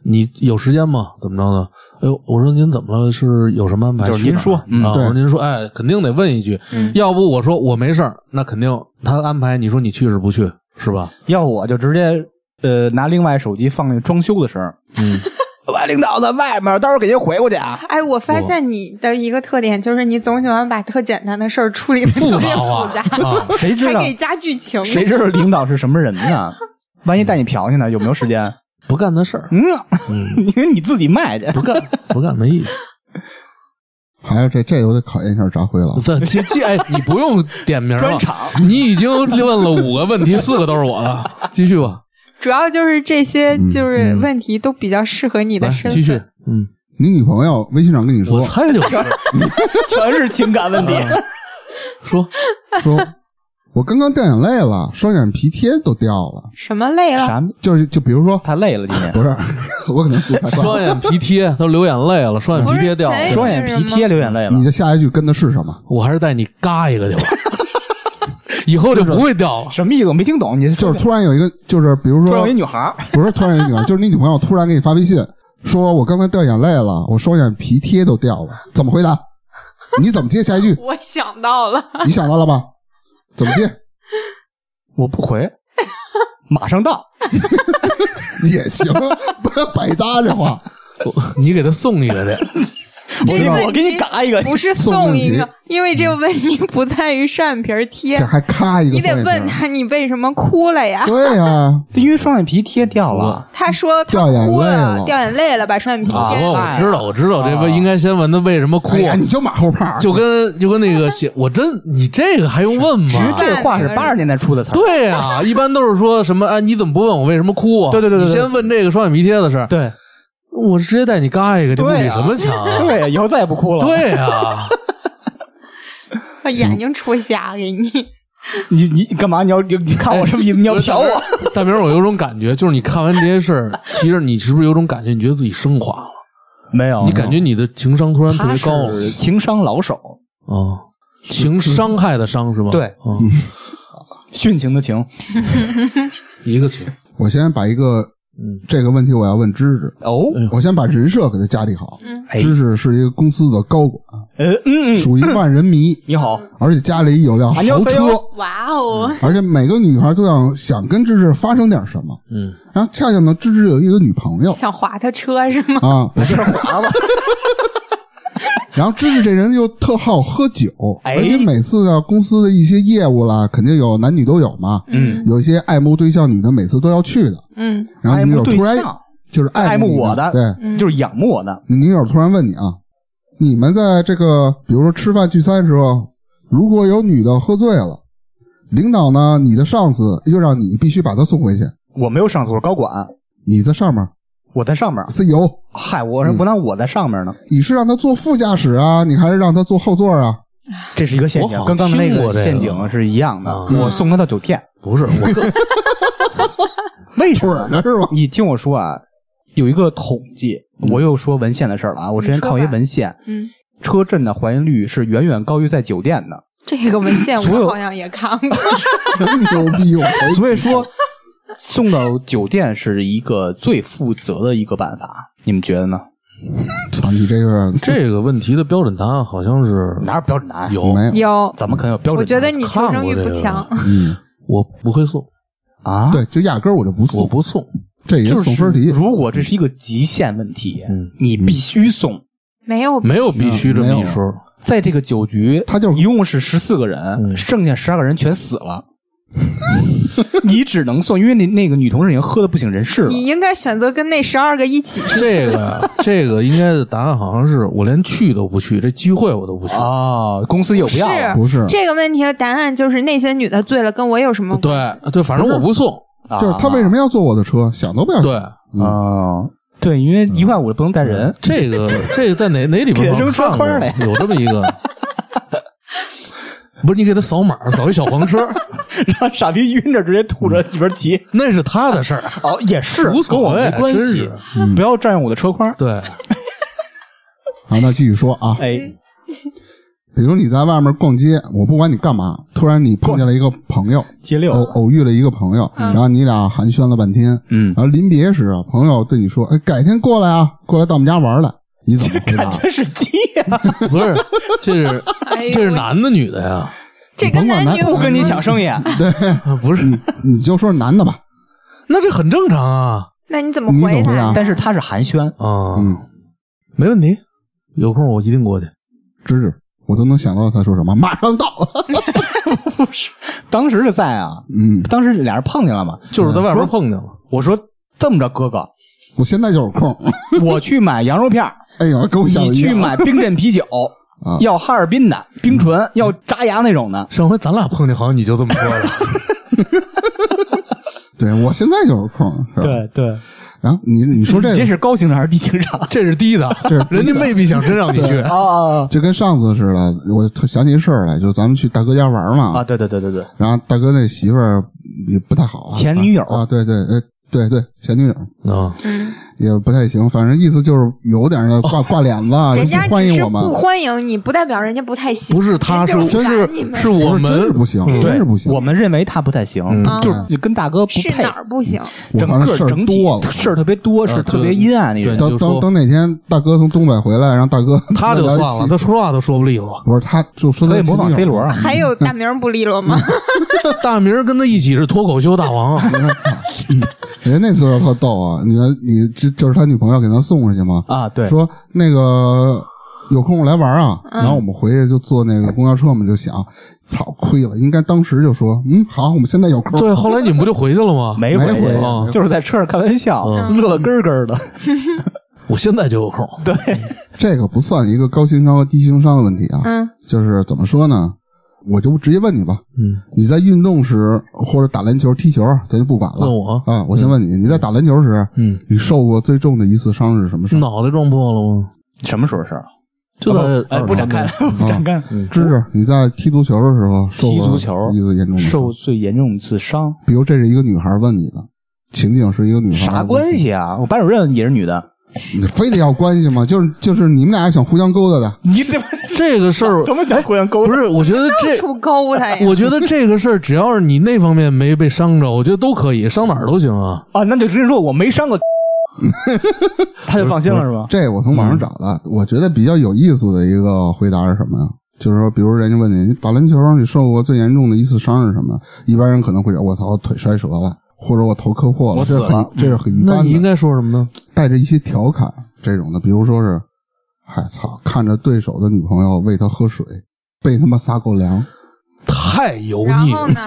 你有时间吗？怎么着呢？哎呦，我说您怎么了？是有什么安排？
就是您
去哪
说
儿
嗯
啊，
对
我说您说，哎，肯定得问一句，要不我说我没事儿，那肯定他安排，你说你去是不去是吧？
要我就直接呃拿另外手机放那装修的声。
嗯，
喂，领导在外面，到时候给您回过去啊。
哎，我发现你的一个特点就是你总喜欢把特简单的事儿处理的
复
特别
杂化
复杂，
啊，
谁知
还
道
给加剧情。
谁知道领导是什么人 呢？万一带你嫖去呢？有没有时间？
不干那事儿，
嗯，
嗯，
因为你自己卖去。
不干不干没意思。
还有这这我得考验一下扎辉
嗯
了。
这这这，哎，你不用点名了，
专场
你已经问了五个问题，四个都是我的，继续吧，
主要就是这些
嗯
就是问题都比较适合你
来
的身
继续
份。，
嗯，
你女朋友微信上跟你
我
说，
猜就是
全是情感问题。
说说，
我刚刚掉眼泪了，双眼皮贴都掉了。
什么累
嗯
了？
啥？
就是就比如说，
太累了，今天
不是， 我可能读太快
双
了。
眼皮贴，他流眼泪了，双眼皮贴掉了
哎不是前一
双眼皮贴流眼泪了
你。的下一句跟的是什么？
我还是带你嘎一个去吧， 以后就不会掉了。
什么意思？我没听懂。你
就是突然有一个，就是比如
突然
说
有一，女孩儿，
不是突然有一女孩，就是你女朋友突然给你发微信，说我刚才掉眼泪了，我双眼皮贴都掉了，怎么回答？你怎么接下 一句？
我想到了，
你想到了吧？怎么接
我不回，马上到。
也行，不要百搭这话。
我你给他送一个 去，
这个
我
问
给你
题
嘎一个，
不是
送
送
问
一
题
个，因为这个问题不在于双眼皮儿贴
这，还咔一个，
你得问。他你为什么哭了呀？
对呀、
因为双眼皮贴掉了。
他说他
掉眼
哭
泪了
掉眼泪了，把双眼皮
啊，
贴
我
上。
我知道，我知道，这
啊
不应该先问他为什么哭
哎，呀，你就马后炮，
就跟就跟那个写，我真你这个还用问
其实
吗？
这话是八十年代出 的词儿。
对啊，一般都是说什么？哎，你怎么不问我为什么哭啊？
对对对对
你
对
先问这个双眼皮贴的事儿。
对啊
我直接带你嘎一个，这不比
对啊
什么强啊？
对，以后再也不哭了。，
对啊，
把哎眼睛戳瞎给你。
你你干嘛？你要你你看我什么意思？你要瞟我？
大明儿，我有种感觉，就是你看完这些事儿，其实你是不是有种感觉，你觉得自己升华了？
没有，
你感觉你的情商突然特
他
别
嗯是
高啊了
情商老手，
啊？情伤害的伤是吧？
对
啊，
殉情的情。
一个情。
我先把一个
嗯
这个问题我要问芝芝，
哦，
我先把人设给他家里好。
哎嗯
哎
芝芝是一个公司的高管，
呃嗯嗯，
属于万人迷，
你好，
而且家里有辆豪
안녕하세
车，
요
哇哦，
而且每个女孩都想想跟芝芝发生点什么。
嗯，
然后恰巧呢，芝芝有一个女朋友
想划他车是吗？
啊，不是
这华子，
然后芝芝这人又特好喝酒，
哎
而且每次呢，公司的一些业务啦，肯定有男女都有嘛，
嗯，
有一些爱慕对象女的每次都要去的，
嗯，
然后女友
爱慕对
突然
象
就是爱
爱慕
慕你
我的
对，
就是仰慕我的。
你女友突然问你啊，你们在这个比如说吃饭聚餐的时候，如果有女的喝醉了，领导呢，你的上司又让你必须把她送回去，
我没有上诉，我是高管，你
你在上面
我在上面。
CEO，
嗨，
嗯
我说不但我在上面呢，
你是让她坐副驾驶啊，你还是让她坐后座啊？
这是一个陷
我
阱，
好
跟刚才那
听过这个
陷阱是一样的。
嗯
我送他到酒店，
不是我 更
为什么？
是 吗？
你听我说啊，有一个统计，
嗯
我又说文献的事儿了啊。我之前看过一
你说吧
文献，
嗯，
车震的怀孕率是远远高于在酒店的。
这个文献
所有
我好像也看过。
牛逼！我
哎
回
所以说，送到酒店是一个最负责的一个办法，你们觉得呢？
操你这个
这个问题的标准答案好像是
哪有标准答案？
有
没有？
有，
怎么可能有标
我
准答案？
觉得你求生欲不强
看。嗯我不会送，
啊，
对，就压根儿我就不
我
送，
不送。
这也
就是
送分题。
如果这是一个极限问题，
嗯
你必须送。
没有，
没有必须这么一说，
在这个酒局，
他就是
一共是十四个人，
嗯
剩下十二个人全死了。 你只能送，因为那那个女同事已经喝的不省人事了。
你应该选择跟那十二个一起 去。
这个呀， 这个应该的答案好像是我连去都不去，这聚会我都不去。
啊
哦，公司有不要了
是
不是
这个问题的答案就是那些女的醉了，跟我有什么？
对对，反正我不送。
啊
就是他为什么要坐我的车？想都不要想。
对，
哦，对，因为一块五不能带人。
这个这个在 哪哪里边
给扔窗
看过
框里
有这么一个，不是你给他扫码，扫一小黄车，
让傻逼晕着直接吐着里边骑。
那是他的事儿。
哦，也是
无所
跟我
谓
没关
真
系
是，
嗯不要占用我的车筐。
对，
好，那继续说啊。
哎，
嗯
比如你在外面逛街，我不管你干嘛，突然你碰见了一个朋友，
街
偶
六，
偶遇了一个朋友，然后你俩寒暄了半天，
嗯
然，后临别时啊，朋友对你说：“哎，改天过来啊，过来到我们家玩来。”你怎么回答
感？觉是鸡呀，
不是，这 是
哎呦
这是男的女的呀？啊
这跟男
你
女
甭管
不跟你抢生意。啊
不是，
你就说男的吧，
那这很正常啊
那你怎么
你
回
怎么回答
他？
但是他是寒暄，
啊，
嗯，
没问题，有空我一定过去。
芝芝，我都能想到他说什么，马上到。
当时就在啊，
嗯，
当时俩人碰见了嘛。
就是在外边碰见了，
我说这么着，哥哥，
我现在就有空。
我去买羊肉片儿，
哎呦，跟我想
你
的一
去
样。
买冰镇 啤酒，要哈尔滨的冰醇，要扎牙那种的。
上回咱俩碰见好像你就这么说的。
对我现在就有空。是吧，
对，
然后你你说这
你
个
这是高情商还是低情商？
这是 低的，
这是低的
人家未必想真让你去。
啊
就跟上次似的，我特想起一事儿来，就是咱们去大哥家玩嘛，
啊！对对对对对，
然后大哥那媳妇儿也不太好啊，
前女友
啊，对对，呃，对对，前女友
啊，
也不太行，反正意思就是有点儿挂挂脸子，啊
人
就
家
欢
只
迎
是
我们，
不欢迎你，不代表人家不太行。
不是他是
人
是
家就是烦你们
是我
真是
们
不行，
嗯
真是不行。
我们认为他不太行，
嗯
就是就跟大哥不
是
配嗯
哪。儿不行？
我
整
看
个
事儿
整体
多了，
事儿特别多，
啊
是特
对
别阴暗的一
对
人。
你
等
就说
等等哪天大哥从东北回来，让大哥
他就
聊
算
一
了，
起
他说话都说不利索。
不是他就说他
可以模仿
前女
C
友
罗啊，
还有大名不利落吗？
大明儿跟他一起是脱口秀大王啊，
人家那次特逗啊！你看，你这就是他女朋友给他送上去嘛？
啊，对，
说那个有空来玩啊，然后我们回去就坐那个公交车，我们就想，操，亏了，应该当时就说，嗯，好，我们现在有空。
对，后来你们不就回去了吗？
没
没回
去
去
啊，
就是在车上开玩笑，
嗯
乐乐根根的。
我现在就有空。
对，
这个不算一个高情商和低情商的问题啊，
嗯，
就是怎么说呢？我就直接问你吧，
嗯，
你在运动时或者打篮球、踢球，咱就不管了。
问
哦
我
嗯
啊，我先问你，你在打篮球时，
嗯，
你受过最重的一次伤是什么伤？
脑袋撞破了吗？
什么时候的事儿？啊
就在
哎，不展开了， 不展开了。
知识，啊你在踢足球的时候受
踢
过
足球
一次严重的伤
受最严重的一次伤，
比如这是一个女孩问你的，情景是一个女孩，
啥关？系啊？我班主任也是女的，
你非得要关系吗？就是就是你们俩想互相勾搭的，
你这
这个事儿
怎么想互相勾
不是，我觉得这，
处勾他呀！
我觉得这个事儿，只要是你那方面没被伤着，我觉得都可以，伤哪儿都行啊。
啊？那就直接说我没 伤过，他就放心了是吧？
这我从
嗯
网上找的。我觉得比较有意思的一个回答是什么呀？就是说，比如人家问你，你打篮球你受过最严重的一次伤是什么？一般人可能会说，我操，我腿摔折了，或者我头磕破
我
这
死
是
了嗯
很这是很一般
那
的。
你应该说什么呢？
带着一些调侃这种的，比如说是，嗨操，看着对手的女朋友喂他喝水，被他妈撒狗粮，
太油
然
腻，
后呢？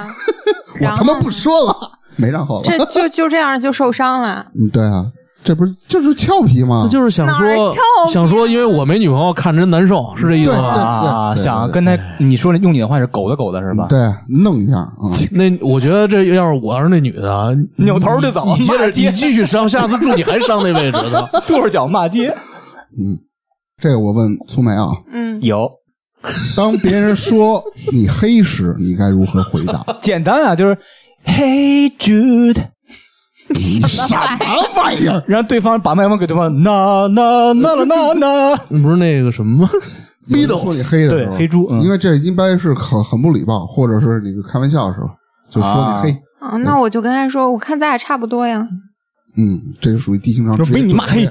我
然
他
后
妈不说了，没然 后了。
这就就这样就受伤了。
嗯，对啊，这不是就是俏皮吗？
他就是想
哪儿
说
俏皮啊
想说，因为我没女朋友，看着真难受，是这意思吧？
啊，
对对对
想跟他你说的用你的话是狗的狗的是吧？
对弄一下啊，嗯
那我觉得这要是我要是那女的啊，
扭头就走
你接着
骂街
你继续伤，下次祝你还伤那位置呢。
跺着脚骂街，
这个我问粗梅啊，
嗯，
有
当别人说你黑时，你该如何回答？
简单啊，就是 Hey Jude，
什么玩意儿？
让对方把麦克风给对方那那那了那那，
不是那个什么吗？
逼斗说你黑的时候，
对黑猪嗯
因为这应该是很很不礼貌，或者是你开玩笑的时候就说你黑，
啊，那我就跟他说，我看咱俩差不多呀。
嗯，这是属于低情商，
说没你妈黑，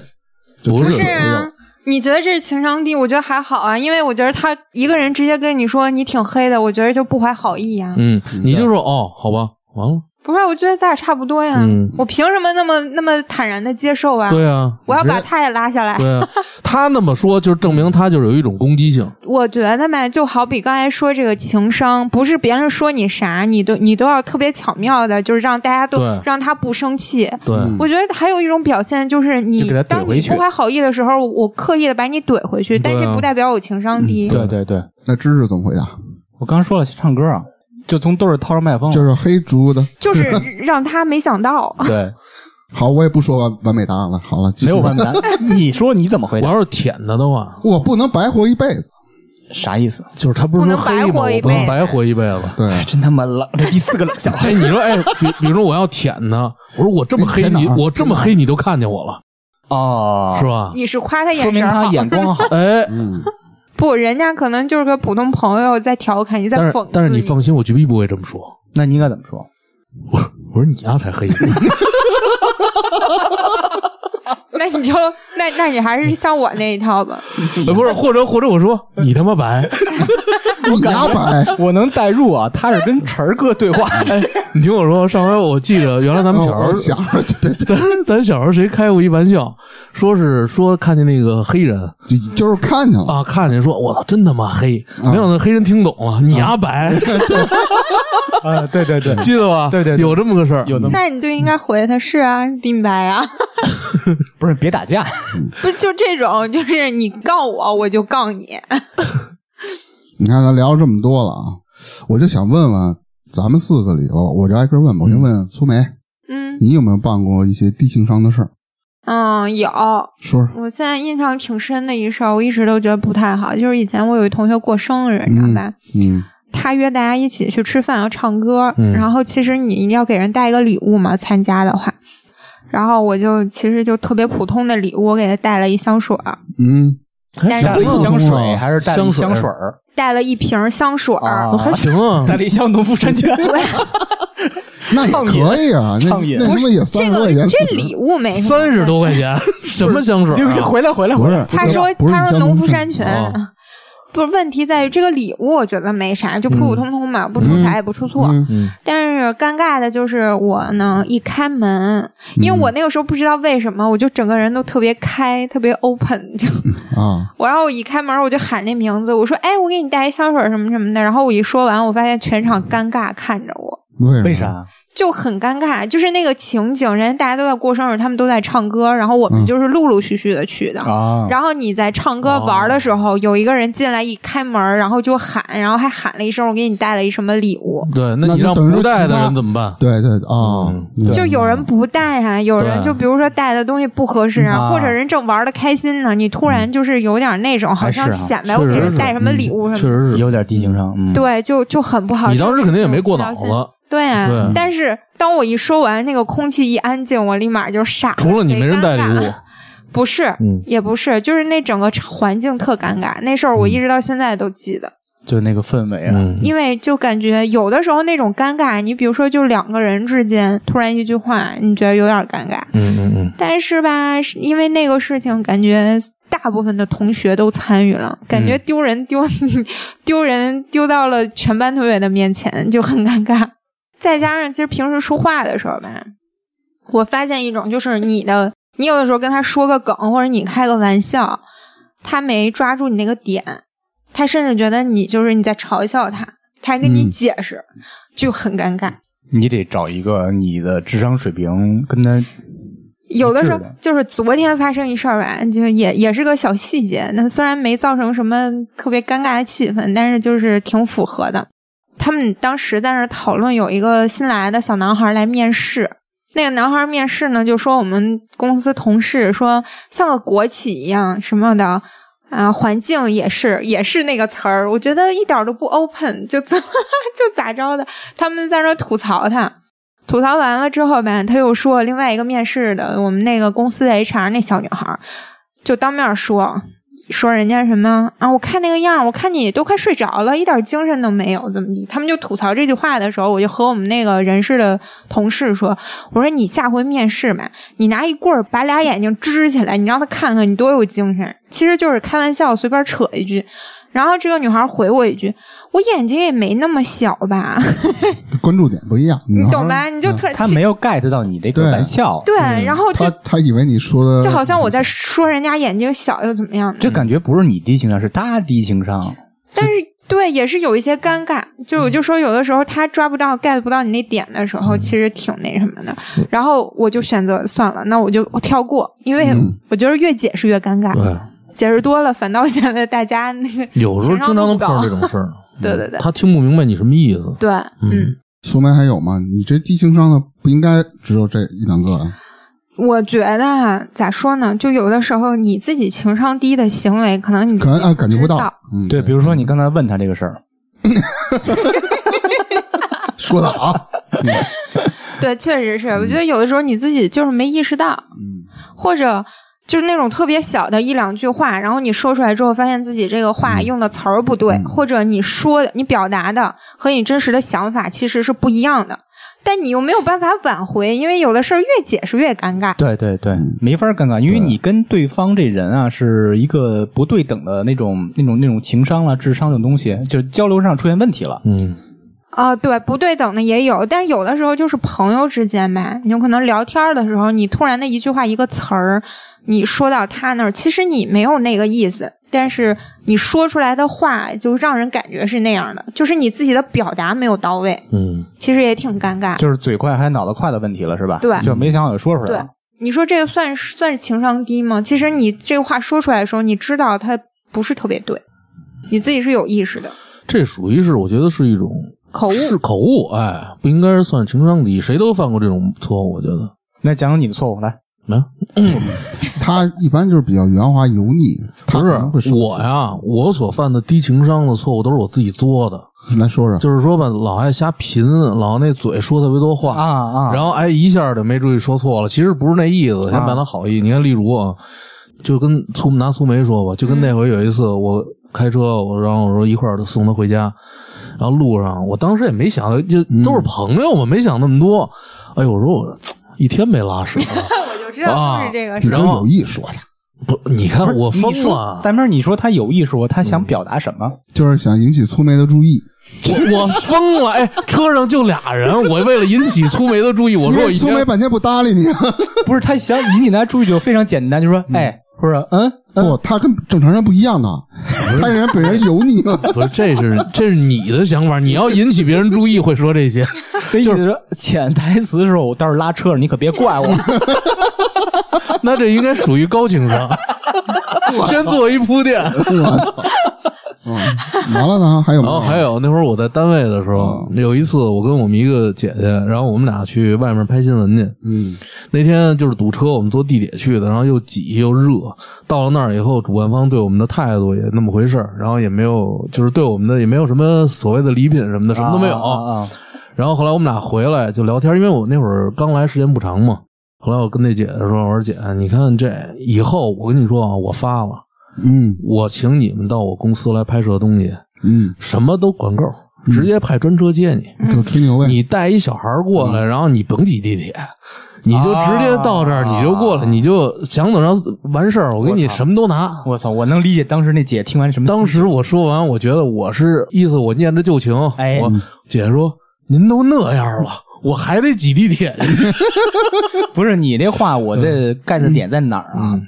不
不
是
是啊，你觉得这是情商低？我觉得还好啊，因为我觉得他一个人直接跟你说你挺黑的，我觉得就不怀好意呀。
嗯，你就说哦，好吧，完了。
不是，我觉得咱俩差不多呀
嗯，
我凭什么那么那么坦然的接受啊？
对啊，
我要
直接
把他也拉下来。
对啊，他那么说就证明他就是有一种攻击性。
我觉得嘛，就好比刚才说这个情商，不是别人说你啥，你都你都要特别巧妙的，就是让大家
对
都让他不生气。
对，
嗯
我觉得还有一种表现就是
就
你
给他怼
当
回
你
去
不怀好意的时候，我刻意的把你怼回去，但
对啊
这不代表我情商低。
对对对，
那知识怎么回答？
我刚说了唱歌啊，就从兜里掏出麦克风，
就是黑猪的。
就是让他没想到，
对，
好，我也不说完完美答案了。好了，继续
没有完美答案。 你说你怎么回
我
答？
要是舔他的话，
我不能白活一辈子。
啥意思？
就是他不是说
不能
黑
白
吗？
活
我
一
不能
辈子
白活一辈子。
对
哎，，真他妈冷！这第四个冷笑话。
哎，你说，哎，比比如说我要舔他，我说我这么黑
你
你，
舔哪儿
我这么黑你都看见我了，
哦，
是？吧？。
你是夸他
说
眼
明
神
他
好，
眼光好
哎，
嗯，
不，人家可能就是个普通朋友在调侃你，在
但
讽
是
刺
但是你放心，我绝逼不会这么说。
那你应该怎么说？
我说你丫才 黑，
那你就那那你还是像我那一套吧。
不是，或者或者我说你他妈白，
你牙白，
我能代入啊，他是跟晨儿哥对 话。
你听我说，上回我记着，原来咱们小时候
哦我想着对 对
咱咱小时候谁开过一玩笑，说是说看见那个黑人
对，就就是看见了。
啊，看见说我操真他妈黑，没想到黑人听懂了，你牙白，
啊，对对对，
记得吧？
对对对
有这么个事儿，
有那么
那你就应该回他是啊，明白啊，
不是别打架，
不就这种，就是你杠我，我就杠你。
你看咱聊了这么多了啊，我就想问问咱们四个里头，我就挨个问吧。我就问苏梅，
嗯，
你有没有办过一些低情商的事儿？
嗯，有，
说说，
我现在印象挺深的一事儿，我一直都觉得不太好，就是以前我有一同学过生日，你知道吧？
嗯
他约大家一起去吃饭，要唱歌，
嗯
然后其实你一定要给人带一个礼物嘛，参加的话。然后我就其实就特别普通的礼物，我给他带了一香水儿，
嗯，
还
带嗯
带
行
了一
啊
香水还是带了
香
一香
水
哦水儿
带了一瓶香水儿，
啊
还行 啊，
带了一箱农夫山泉，
那也
畅饮
可以啊，那
畅饮
那他
不
妈
是
也三
这
十多
个
块钱，
这礼物没什么
三十多块钱，什么香水啊？
就是回来回来
不
回
是
来，
他说
不是
他说
像
农
农
夫
村
山泉
啊
哦，
不是问题在于这个礼物，我觉得没啥，就普普通通嘛，不出彩也不出错。
嗯
嗯
但是尴尬的就是我呢，一开门，因
嗯
为我那个时候不知道为什么，我就整个人都特别开，特别 open，就
啊，
我然后我一开门我就喊那名字，我说哎，我给你带一香水什么什么的。然后我一说完，我发现全场尴尬看着我，
为
嗯为
啥？
啥？
就很尴尬，就是那个情景，人家大家都在过生日，他们都在唱歌，然后我
嗯
们就是陆陆续续的去的。
嗯
啊
然后你在唱歌玩的时候，有一个人进来一开门，然后就喊，然后还喊了一声“我给你带了一什么礼物
对，那
那
你
就
让
等于
不
说
带
其
的
他
人怎么办？
对对啊
嗯，”，
对
就有人不带啊，有人
对嗯
就比如说带的东西不合适啊，
啊
或者人正玩的开心呢，你突然就是有点那种，好
还是啊
像显摆
确
我给
实
人
哎是
带什么
嗯
礼物什么的。
确实是，
有点低情商，嗯，
对，就就很不好。
你
这
当
个
时
事
肯定也
情
没
我
过
记
脑
到现
子，
对啊，
对
但是当我一说完，那个空气一安静，我立马就傻了。
除了你
贼
没人
尴
带礼
尬
物，
不是，
嗯
也不是，就是那整个环境特尴尬。那事儿我一直到现在都记得，
就那个氛围啊，
嗯，
因为就感觉有的时候那种尴尬，你比如说就两个人之间突然一句话，你觉得有点尴尬，
嗯嗯嗯，
但是吧，是因为那个事情，感觉大部分的同学都参与了，感觉丢人丢、 丢人丢到了全班同学的面前，就很尴尬。再加上其实平时说话的时候吧，我发现一种就是你的，你有的时候跟他说个梗，或者你开个玩笑，他没抓住你那个点，他甚至觉得你就是你在嘲笑他，他还跟你
嗯
解释，就很尴尬。
你得找一个你的智商水平跟
呃
他
有的时候
一致的
就是昨天发生一事儿吧，就也也是个小细节，那虽然没造成什么特别尴尬的气氛，但是就是挺符合的。他们当时在那儿讨论，有一个新来的小男孩来面试，那个男孩面试呢，就说我们公司同事说像个国企一样什么的。啊，环境也是，也是那个词儿，我觉得一点儿都不 open，就怎么 就咋着的？他们在那儿吐槽他，吐槽完了之后吧，他又说另外一个面试的我们那个公司的 HR 那小女孩儿，就当面说说人家什么啊，我看那个样儿，我看你都快睡着了，一点精神都没有，怎么地？他们就吐槽这句话的时候，我就和我们那个人事的同事说，我说你下回面试嘛，你拿一棍儿把俩眼睛支起来，你让他看看你多有精神。其实就是开玩笑，随便扯一句。然后这个女孩儿回我一句：“我眼睛也没那么小吧，
关注点不一样，
你
你
懂？吧？”你就特
他没有 get 到你这个
对
玩笑，
对，然后
嗯
就
他他以为你说的
就好像我在说人家眼睛小又怎么样呢？
这感觉不是你低情商，是他低情商。
但是对，也是有一些尴尬。
嗯
就我就说，有的时候他抓不到、get 不到你那点的时候，其实挺那什么的。
嗯
然后我就选择算了，那我就跳过，因为
嗯
我觉得越解释越尴尬，
对，
解释多了反倒现在大家那
嗯
个
有时候
情商
经常
都
能
不
碰上
高
这种事儿，
对对对
他听不明白你什么意思，
对，
嗯
嗯，
苏梅还有吗？你这低情商的不应该只有这一两个啊？
我觉得啊，咋说呢？就有的时候你自己情商低的行为，可能你
可能啊感觉不
到
到，嗯，
对，比如说你刚才问他这个事儿，
说的啊，
对，确实是。我觉得有的时候你自己就是没意识到，
嗯，
或者就是那种特别小的一两句话，然后你说出来之后，发现自己这个话
嗯
用的词儿不对，或者你说的、你表达的和你真实的想法其实是不一样的，但你又没有办法挽回，因为有的事儿越解释越尴尬。
对对对，没法尴尬，因为你跟嗯对方这人啊是一个不对等的那种、那种、那种情商了、智商这种东西，就是交流上出现问题了。
嗯，
啊、对，不对等的也有，但是有的时候就是朋友之间呗，你有可能聊天的时候，你突然的一句话一个词儿，你说到他那儿，其实你没有那个意思，但是你说出来的话就让人感觉是那样的，就是你自己的表达没有到位，
嗯，
其实也挺尴尬。
就是嘴快还是脑子快的问题了，是吧？
对
就没想好就说出来
对
了。，
你说这个算是算是情商低吗？其实你这个话说出来的时候，你知道它不是特别对，你自己是有意识的。
这属于是我觉得是一种
口误
是口误，哎，不应该是算情商低，谁都犯过这种错误，我觉得。
那讲讲你的错误来，
没有，
他一般就是比较圆滑油腻，他可能
不
会
是
说
我呀，我所犯的低情商的错误都是我自己作的。
来说说，
就是说吧，老爱瞎贫，老那嘴说特别多话
啊啊，
然后哎一下就没注意说错了，其实不是那意思，先表达好意。你看，例如啊，就跟粗拿粗梅说吧，就跟那回有一次我开车，我然后我说一块儿送她回家，然后路上我当时也没想到，就都是朋友嘛，没想那么多。哎呦，我说我一天没拉屎了，
我就知道就是这个
你
事
就
儿。
然后
有意说的，
不，你看我疯
你说
了，。
大明儿，你说他有意说他想表达什么？
就是想引起粗眉的注意。
我我疯了！哎，车上就俩人，我为了引起粗梅的注意，我说
因
我
为
一
粗
天
眉半天不搭理你，
不是他想引起大家注意就非常简单，就说哎，或者嗯嗯，
不，他跟正常人不一样的，啊他人本人油腻啊 嘛。
不是，这是这是你的想法，你要引起别人注意会说这些。
所以就是说潜台词的时候，我倒是拉车了，你可别怪 我。
那这应该属于高情 商，先做一铺垫。
嗯，完了呢，还有 没
然后哦
有？
还有那会儿我在单位的时候，有一次我跟我们一个姐姐，然后我们俩去外面拍新闻去。
嗯，
那天就是堵车，我们坐地铁去的，然后又挤又热。到了那儿以后，主办方对我们的态度也那么回事儿，然后也没有就是对我们的也没有什么所谓的礼品什么的，什么都没有。
啊啊啊
然后后来我们俩回来就聊天，因为我那会儿刚来时间不长嘛。后来我跟那姐姐说：“我说姐，你看这以后我跟你说啊，我发了，
嗯
我请你们到我公司来拍摄东西，
嗯，
什么都管够，
嗯
直接派专车接你。
就吹牛呗。
你带一小孩儿过
嗯
来，然后你甭挤地铁，你就直接到这儿，
啊
你就过来，你就想怎么着完事儿，我给你什么都拿。
我操！我能理解当时那姐听完什么心情。
当时我说完，我觉得我是意思，我念着旧情。
哎
我姐说：“您都那样了，我还得挤地铁去。”
不是你这话，我
嗯
这 get 的点在哪儿啊？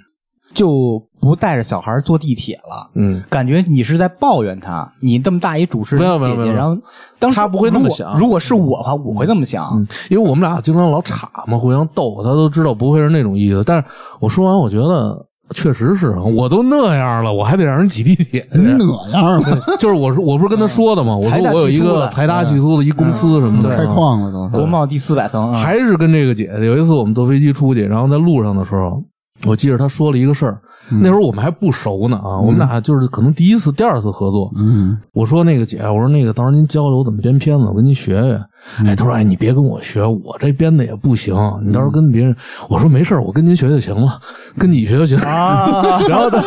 就不带着小孩坐地铁了，
嗯，
感觉你是在抱怨他。你这么大一主持
没有
人
没有
姐
没
姐，
有
然后当时
他不会那么
如果
想嗯
如果是我的话，我会这么想。
因为我们俩经常老岔嘛，互相逗，他都知道不会是那种意思。但是我说完，我觉得确实是，啊我都那样了，我还得让人挤地铁去。
你哪样了？
就是我说，我不是跟他说的吗？我
嗯财大
说我有一
气粗
个
的
财大气粗的一公司什么的，
开矿了都
国
是。
贸第四百层啊，
还是跟这个姐姐。有一次我们坐飞机出去，然后在路上的时候，我记着她说了一个事儿。
嗯
那会儿我们还不熟呢啊，我们俩就是可能第一次、第二次合作。
嗯，
我说那个姐，我说那个到时候您教教我怎么编片子，我跟您学学。
嗯
哎，她说哎，你别跟我学，我这编的也不行，你到时候跟别人。我说没事儿我跟您学就行了，跟你 学就行。
啊，
然 后她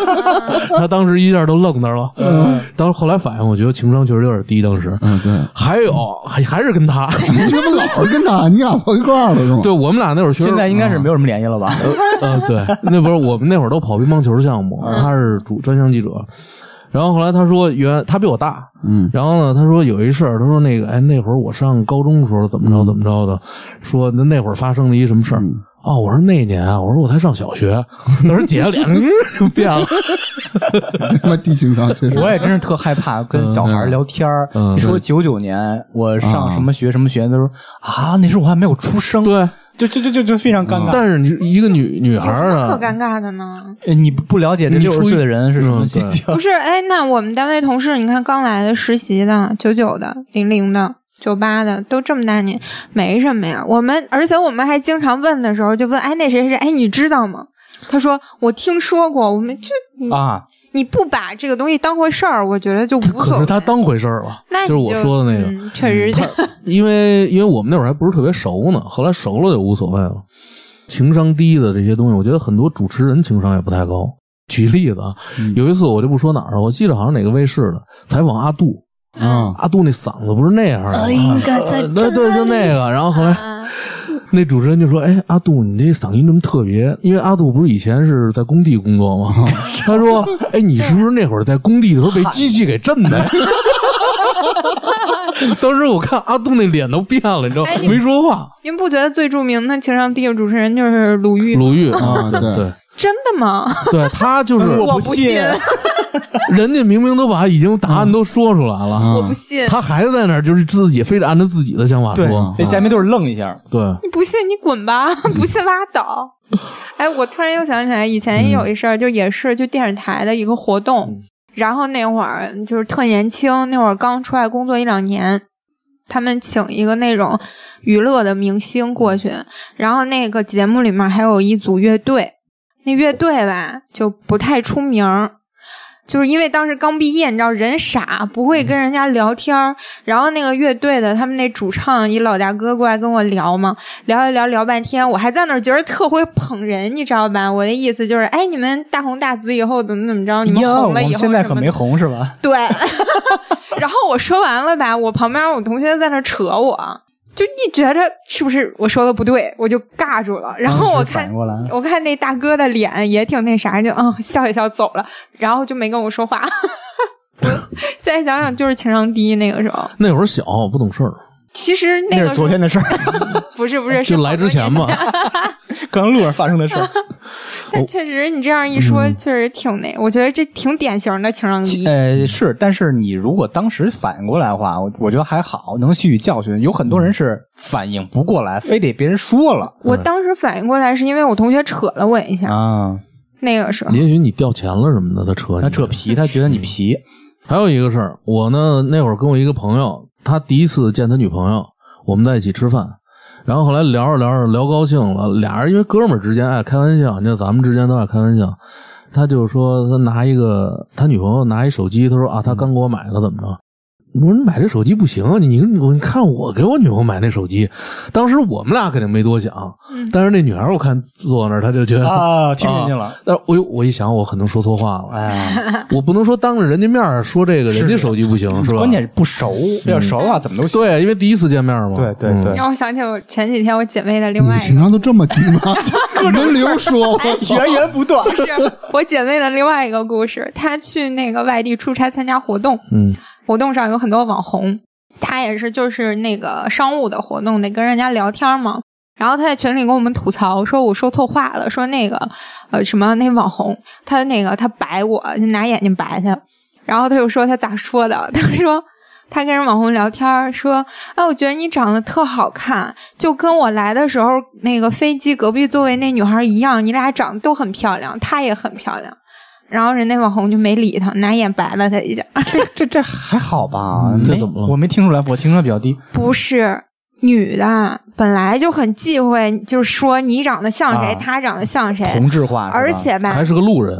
她当时一下都愣那儿了。
嗯
当时后来反应，我觉得情商确实有点低，当时。
嗯，对，
还有还还是跟 她，
你怎么老是跟他，你俩凑一块儿了是吗？
对我们俩那会儿确实
现在应该是没有什么联系了吧？
呃，对，那不是我们那会儿都跑乒乓球项目，他是主专项记者。然后后来他说原他比我大，
嗯，
然后呢，他说有一事儿，他说那个哎那会儿我上高中的时候怎么着怎么着的，说那那会儿发生的一什么事儿。哦，我说那年啊，我说我才上小学，那时候姐脸嗯 就变了。
他妈低情商，确实。
我也真是特害怕跟小孩聊天儿。
嗯
你说九九年我上
啊
什么学什么学，他说啊，那时候我还没有出生，
对，嗯
就就就就就非常尴尬。
但是你一个女女孩儿
可
啊，
尴尬的呢。
呃你不不了解这
你
六
出
十
于
岁的人是什么
嗯
心情？
不是，哎，那我们单位同事，你看刚来的实习的，九九的、零零的、九八的，都这么大年，没什么呀。我们，而且我们还经常问的时候，就问，哎，那谁谁谁，哎，你知道吗？他说我听说过，我们就你、
啊，
你不把这个东西当回事儿，我觉得就无所
可
谓
是。他当回事儿了，
那你
就是我说的那个。
嗯、确实，
因为因为我们那会儿还不是特别熟呢，后来熟了就无所谓了。情商低的这些东西，我觉得很多主持人情商也不太高。举例子啊，有一次我就不说哪儿了，我记得好像哪个卫视的采访阿杜，
啊，
阿杜那嗓子不是那样的吗，
应该在
呃对对，就那个。然后后来那主持人就说：“哎，阿杜，你这嗓音这么特别，因为阿杜不是以前是在工地工作吗？”他说：“哎，你是不是那会儿在工地的时候被机器给震的呀？” 当时我看阿杜那脸都变了，你知道吗
哎你
没说话。
您不觉得最著名的情商低的主持人就是鲁豫？
鲁豫
啊
对
对
对
真的吗？
对，啊他就是
我不
不
信
人家明明都把已经答案都说出来
啊
了，
我不信。
他还在那儿就是自己非得按照自己的想法
对
说，。啊
那嘉宾都是愣一下，
对，
你不信你滚吧， 不信拉倒。哎，我突然又想起来，以前也有一事儿，就也是就电视台的一个活动，然后那会儿就是特年轻，那会儿刚出来工作一两年，他们请一个那种娱乐的明星过去，然后那个节目里面还有一组乐队，那乐队吧就不太出名儿。就是因为当时刚毕业，你知道人傻，不会跟人家聊天儿。然后那个乐队的他们那主唱一老大哥过来跟我聊嘛，聊一聊聊半天，我还在那儿觉得特会捧人，你知道吧？我的意思就是，哎，你们大红大紫以后怎么怎么着？你们
呀
红
我
了以
们
后
现在
什
可
么
没红是吧？
对， 然后我说完了吧，我旁边我同学在那扯我，就一觉着是不是我说的不对，我就尬住了。然后我
当时嗯反
看
应过来了，
我看那大哥的脸也挺那啥，就嗯笑一笑走了，然后就没跟我说话。 现在想想就是情商低那个时候，
那会儿小不懂事儿，
其实那
那
个
是
时候
昨 天的事儿，
不是 不是
就是来
好
之
多
前
年
嘛，
刚刚路上发生的 事儿。
但确实你这样一
嗯
说，确实挺那，我觉得这挺典型的情商低。
呃，是，但是你如果当时反应过来的话，我我觉得还好，能吸取教训。有很多人是反应不过来，非得别人说了
我当时反应过来是因为我同学扯了我一下，
啊，
那个时候
也许你掉钱了什么的，他扯
他
你。
扯皮，他觉得你皮，
还有一个事儿，我呢那会儿跟我一个朋友，他第一次见他女朋友，我们在一起吃饭，然后后来聊着聊着聊高兴了，俩人因为哥们儿之间爱开玩笑，你知道咱们之间都爱开玩笑，他就说他拿一个他女朋友拿一手机，他说啊他刚给我买的怎么着。我说你买这手机不行啊！你你我你看我给我女朋友买那手机，当时我们俩肯定没多想，
嗯
但是那女孩儿我看坐那儿，她就觉得
啊，听进去了，
但是我又我一想，我可能说错话
啊
了，
哎，
我不能说当着人家面儿说这个，人家手机不行是吧？
关键是不熟，要熟啊，怎么都行。
对，因为第一次见面嘛。
对对
嗯
对
让我想起我前几天我姐妹的另
你
外
的
一
情
个，
商都这么低 吗？就轮流说，我操！
源源不断，
是我姐妹的另外一个故事。她去那个外地出差参加活动，
嗯，
活动上有很多网红，她也是就是那个商务的活动，得跟人家聊天嘛。然后她在群里跟我们吐槽说我说错话了，说那个呃什么那网红她那个她白我，就拿眼睛白她。然后她又说她咋说的，她说。她跟人网红聊天儿说：“哎，我觉得你长得特好看，就跟我来的时候那个飞机隔壁座位那女孩一样，你俩长得都很漂亮，她也很漂亮。”然后人那网红就没理她，拿眼白了她一下。
这这这还好吧？
嗯这
没
怎么了
我没听出来，我情商比较低。
不是女的，本来就很忌讳，就是说你长得像谁，
啊
她长得像谁，
同质化是吧，
而且吧
还，是个路人。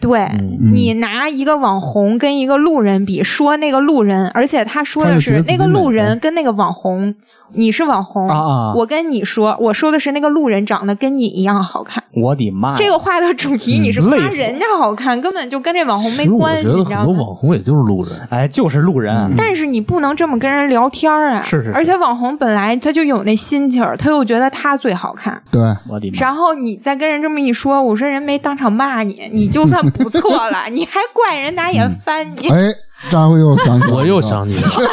对。
嗯，
嗯
你拿一个网红跟一个路人比，说那个路人，而且他说的
他
是
是觉得自己
那个路人跟那个网红，你是网红，
啊啊
我跟你说，我说的是那个路人长得跟你一样好看。
我的妈呀，
这个话的主题
哎嗯
你是夸
累死
人家好看，根本就跟这网红
其
没
实我
关
觉
系，
得
你
很
知道
多
吗？
网红也就是路人。
哎，就是路人，
但是你不能这么跟人聊天儿啊！
是是是
而且网红本来他就有那心气儿，他又觉得他最好看。
嗯
对，
我的妈呀，
然后你再跟人这么一说，我说人没当场骂你，你就算不错 了，你还怪人拿眼翻
嗯
你。
哎，扎辉又想起来了，
我又想起来了，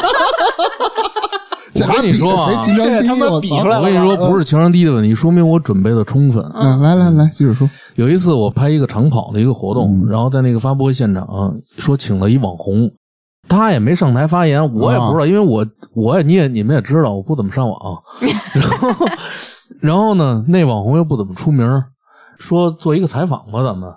这俩
我跟你
比
说啊
谁情商低？
现在他们
我
比出来
我
操！
跟你说，不是情商低的问题，说明我准备的充分。啊
嗯，来来来，接着说。
有一次我拍一个长跑的一个活动，然后在那个发布会现场说请了一网红，他也没上台发言，我也不知道，因为我我也你也你们也知道，我不怎么上网，然后然后呢，那网红又不怎么出名，说做一个采访吧，咱们。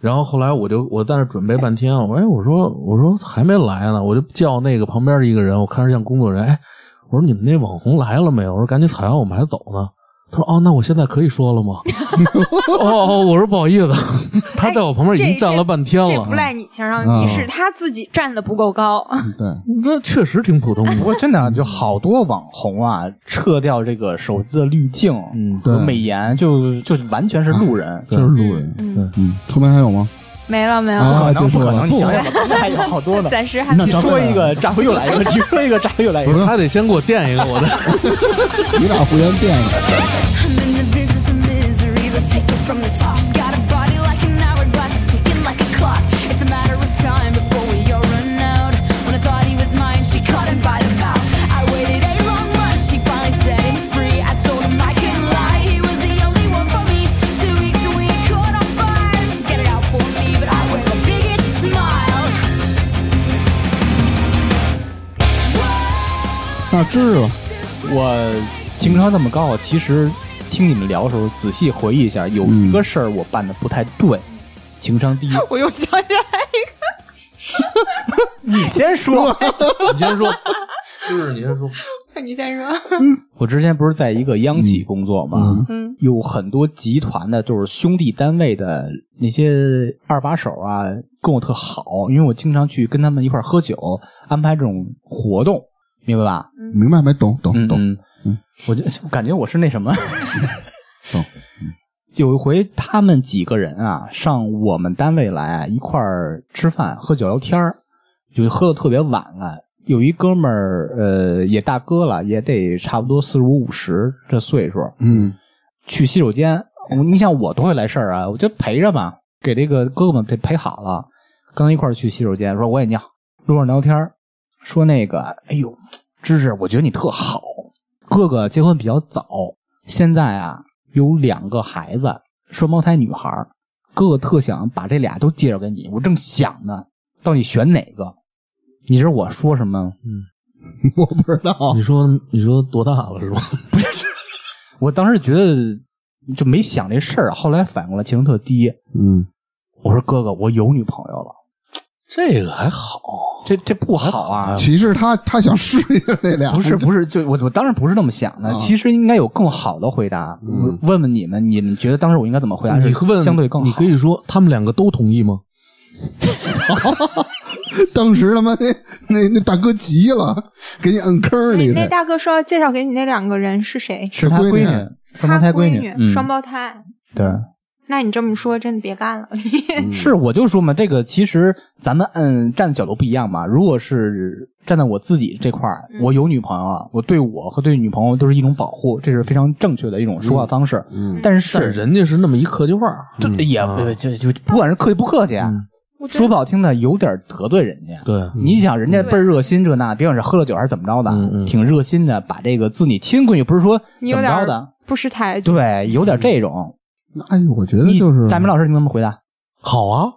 然后后来我就我在那儿准备半天，我说哎，我说我说还没来呢，我就叫那个旁边的一个人，我看着像工作人员，哎，我说你们那网红来了没有？我说赶紧采完我们还走呢。他说哦，那我现在可以说了吗？哦哦，我说不好 意思，他在我旁边已经站了半
啊
天
这
了
不。赖你情商低，
嗯
是他自己站的不够高。
嗯
对，
这确实挺普通
啊
不
的。
过真的就好多网红啊，撤掉这个手机的滤镜
嗯
和
对
美颜，就就完全是路人。
就是路人。
嗯，
嗯，后面还有吗？
没了没了，
啊，
不可能，
结
不
束
可能！
了。
你想想吧，咱们还有好 多呢。
暂时还
那
没
张
说一个，炸回又来一个； 你说一个，炸回又来一
不是，
个。
他得先给我垫一个我的。
你俩互相垫一下。
I'm in the business of misery. Let's take it from the top. She's got a body like an hourglass, it's ticking like a clock. It's a matter of time before we all run out. When I thought he was mine, she caught him by the mouth. I waited a long month, she finally set him free. I told him I couldn't lie, he was the only one for me. Two weeks and we caught on fire. She's got it out for me, but I wear the biggest smile.
那知识吧，
我情商这么高，其实听你们聊的时候，仔细回忆一下，有一个事儿我办的不太对，情商低。
我又想起来一个，
你先说，
你先说，就是你先说。
你先说，
我之前不是在一个央企工作嘛，
嗯
有很多集团的，就是兄弟单位的那些二把手啊，跟我特好，因为我经常去跟他们一块儿喝酒，安排这种活动，明白吧？
明白没？懂懂
嗯
懂，
嗯，我就我感觉我是那什么，
懂。
嗯有一回，他们几个人啊，上我们单位来啊一块儿吃饭、喝酒、聊天儿，就喝的特别晚了。有一哥们儿，呃，也大哥了，也得差不多四十五五十这岁数，
嗯
去洗手间。我你想我多会来事儿啊，我就陪着吧，给这个哥哥们得陪好了。刚一块儿去洗手间，说我也尿，路上聊天儿说那个，哎呦，芝芝，我觉得你特好。哥哥结婚比较早，现在啊有两个孩子，双胞胎女孩儿。哥哥特想把这俩都介绍给你，我正想呢，到底选哪个？你知道我说什么吗？
我不知道
你，说你说多大了是吧？
我当时觉得就没想这事儿，后来反过来情商特低。
嗯，
我说哥哥，我有女朋友了。
这个还好，
这这不好啊！
其实他他想试一下那俩，
不是不是，就我我当然不是那么想的。
啊
其实应该有更好的回答。
嗯
我问问你们，你们觉得当时我应该怎么回答？
你
是
问
相对更好。
你可以说他们两个都同意吗？
当时他妈那那那大哥急了，给你摁坑
那
里
哎那
的。
大哥说要介绍给你那两个人是谁？
是他
闺
闺
女啊
女，双胞
他
胎
闺
女，嗯，
双胞胎。
对，
那你这么说，真的别干 了。
嗯
是我就说嘛，这个其实咱们按站的角度不一样嘛。如果是站在我自己这块
嗯
儿，我有女朋友啊了，我对我和对女朋友都是一种保护，这是非常正确的一种说话方式。
嗯啊
但是
是人家是那么一客气话儿，
这也呃就就不管是客气不客气
嗯
啊，
我觉得
说不好听的，有点得罪人家。
对，
你想人家倍儿热心这那，别管是喝了酒还是怎么着的，
嗯
挺热心的，把这个自己亲闺女不是说
你有
怎么
点
着
儿
的，
不识抬举。
对，有点这种。
哎呦，我觉得
你
就是
大明老师，你怎么回答？
好啊，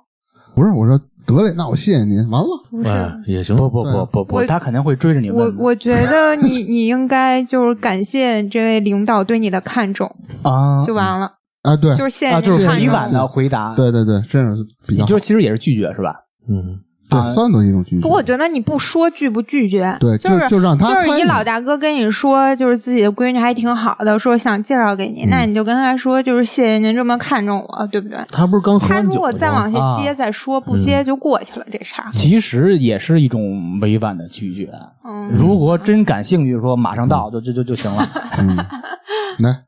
不是我说得嘞，那我谢谢您。完了，
不是
哎，也行，不不
不
不
我
他肯定会追着你
我
问的
我觉得你你应该就是感谢这位领导对你的看重
啊
就完了，
啊对
就是谢谢
啊，
您
就是
看
委
重
婉的回答。，
对对对，这样比
你
较
就其实也是拒绝是吧？
嗯，
对，
啊
算作一种拒绝。
不过我觉得你不说拒不拒绝，
对
就是
就就让他
就是
参与
一老大哥跟你说，就是自己的闺女还挺好的，说想介绍给你，那你就跟他说，就是谢谢您这么看重我，对不对？
他不是刚喝
他
完
如
酒
果
了
再往
吗？
下接再说，不接就过去了，这茬
嗯
儿。
其实也是一种委婉的拒绝。
嗯，
如果真感兴趣，说马上
嗯
到就就就就行了。
来，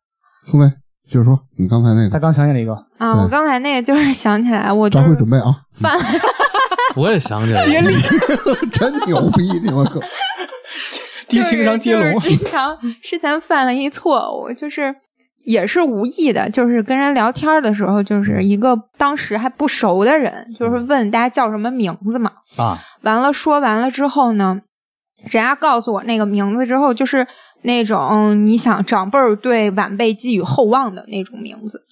宋飞，就是说你刚才那
他
个，
刚想起了 一个，
啊，
对
我刚才那个就是想起来，我就
张
是
辉准备啊，
我也想起来了，
真牛逼！你们可
低情商接龙
就。是、就是之前之前犯了一错误，就是也是无意的，就是跟人聊天的时候，就是一个当时还不熟的人，就是
嗯
问大家叫什么名字嘛。
啊，
完了说完了之后呢，人家告诉我那个名字之后，就是那种、嗯你想长辈儿对晚辈寄予厚望的那种名字，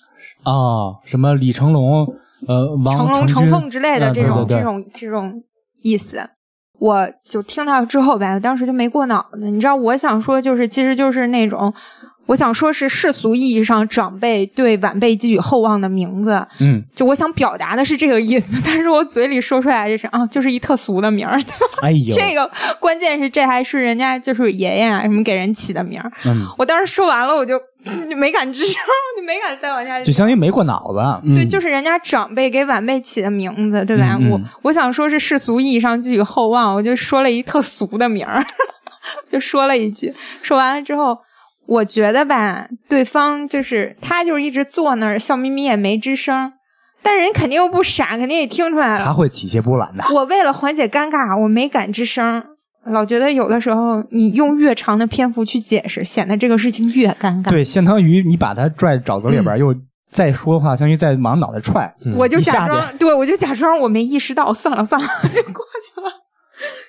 啊，什么李成龙，呃，王
成龙、
成
成
君
凤之类的
嗯
这种、
对对对
这种这种意思。我就听到之后吧，我当时就没过脑子。你知道，我想说就是，其实就是那种，我想说是世俗意义上长辈对晚辈寄予厚望的名字。
嗯，
就我想表达的是这个意思， 但是我嘴里说出来就是啊，就是一特俗的名儿。
哎呦，
这个关键是这还是人家就是爷爷啊什么给人起的名儿。
嗯，
我当时说完了，我就 就没敢吱声，就没敢再往下。
就相当于没过脑子。
对，就是人家长辈给晚辈起的名字，对吧？
嗯嗯嗯
我我想说是世俗意义上寄予厚望，我就说了一特俗的名儿， 就说了一句。说完了之后，我觉得吧，对方就是他，就是一直坐那儿笑眯眯也没吱声，但人肯定又不傻，肯定也听出来了
他。会起些波澜的。
我为了缓解尴尬，我没敢吱声。老觉得有的时候你用越长的篇幅去解释，显得这个事情越尴尬。
对，相当于你把他拽沼泽里边儿，又再说的话，相当于再往脑袋踹。
我就
嗯一
假
下
装，对我就假装我没意识到，算了算了， 就过去了。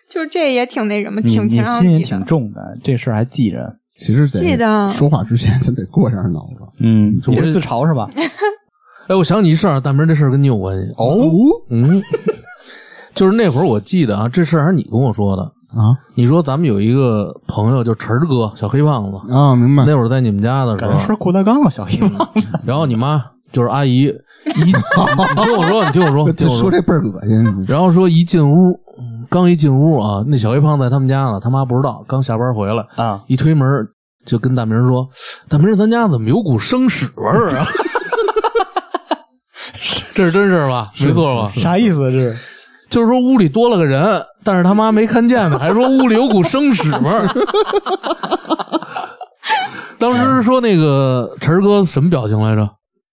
就这也挺那什么，
你
挺
你
情商
心也
低
挺
的。
重的，这事儿还记着。
其实得
记得
说话之前咱得过一下脑子。
嗯，
我
也是自嘲是吧？
哎，我想起一事儿，大明儿这事儿跟你有关系。
哦
嗯， 就是那会儿我记得啊，这事儿还是你跟我说的。
啊
你说咱们有一个朋友叫晨儿哥，小黑胖子，
啊，明白
那会儿在你们家的时
敢
候，
说郭德纲了，小姨 吗？
然后你妈就是阿姨，一你听我说，你听我说，
这
听 我
说
说，
这倍儿恶心。
然后说一进屋，刚一进屋啊，那小黑胖在他们家呢，他妈不知道，刚下班回来
啊，
一推门就跟大明说：“大明，咱家怎么有股生屎味儿啊？” 这是真事儿吧？没错吧？
啥意思？这是
就是说屋里多了个人，但是他妈没看见呢，还说屋里有股生屎味儿。当时说那个晨儿哥什么表情来着？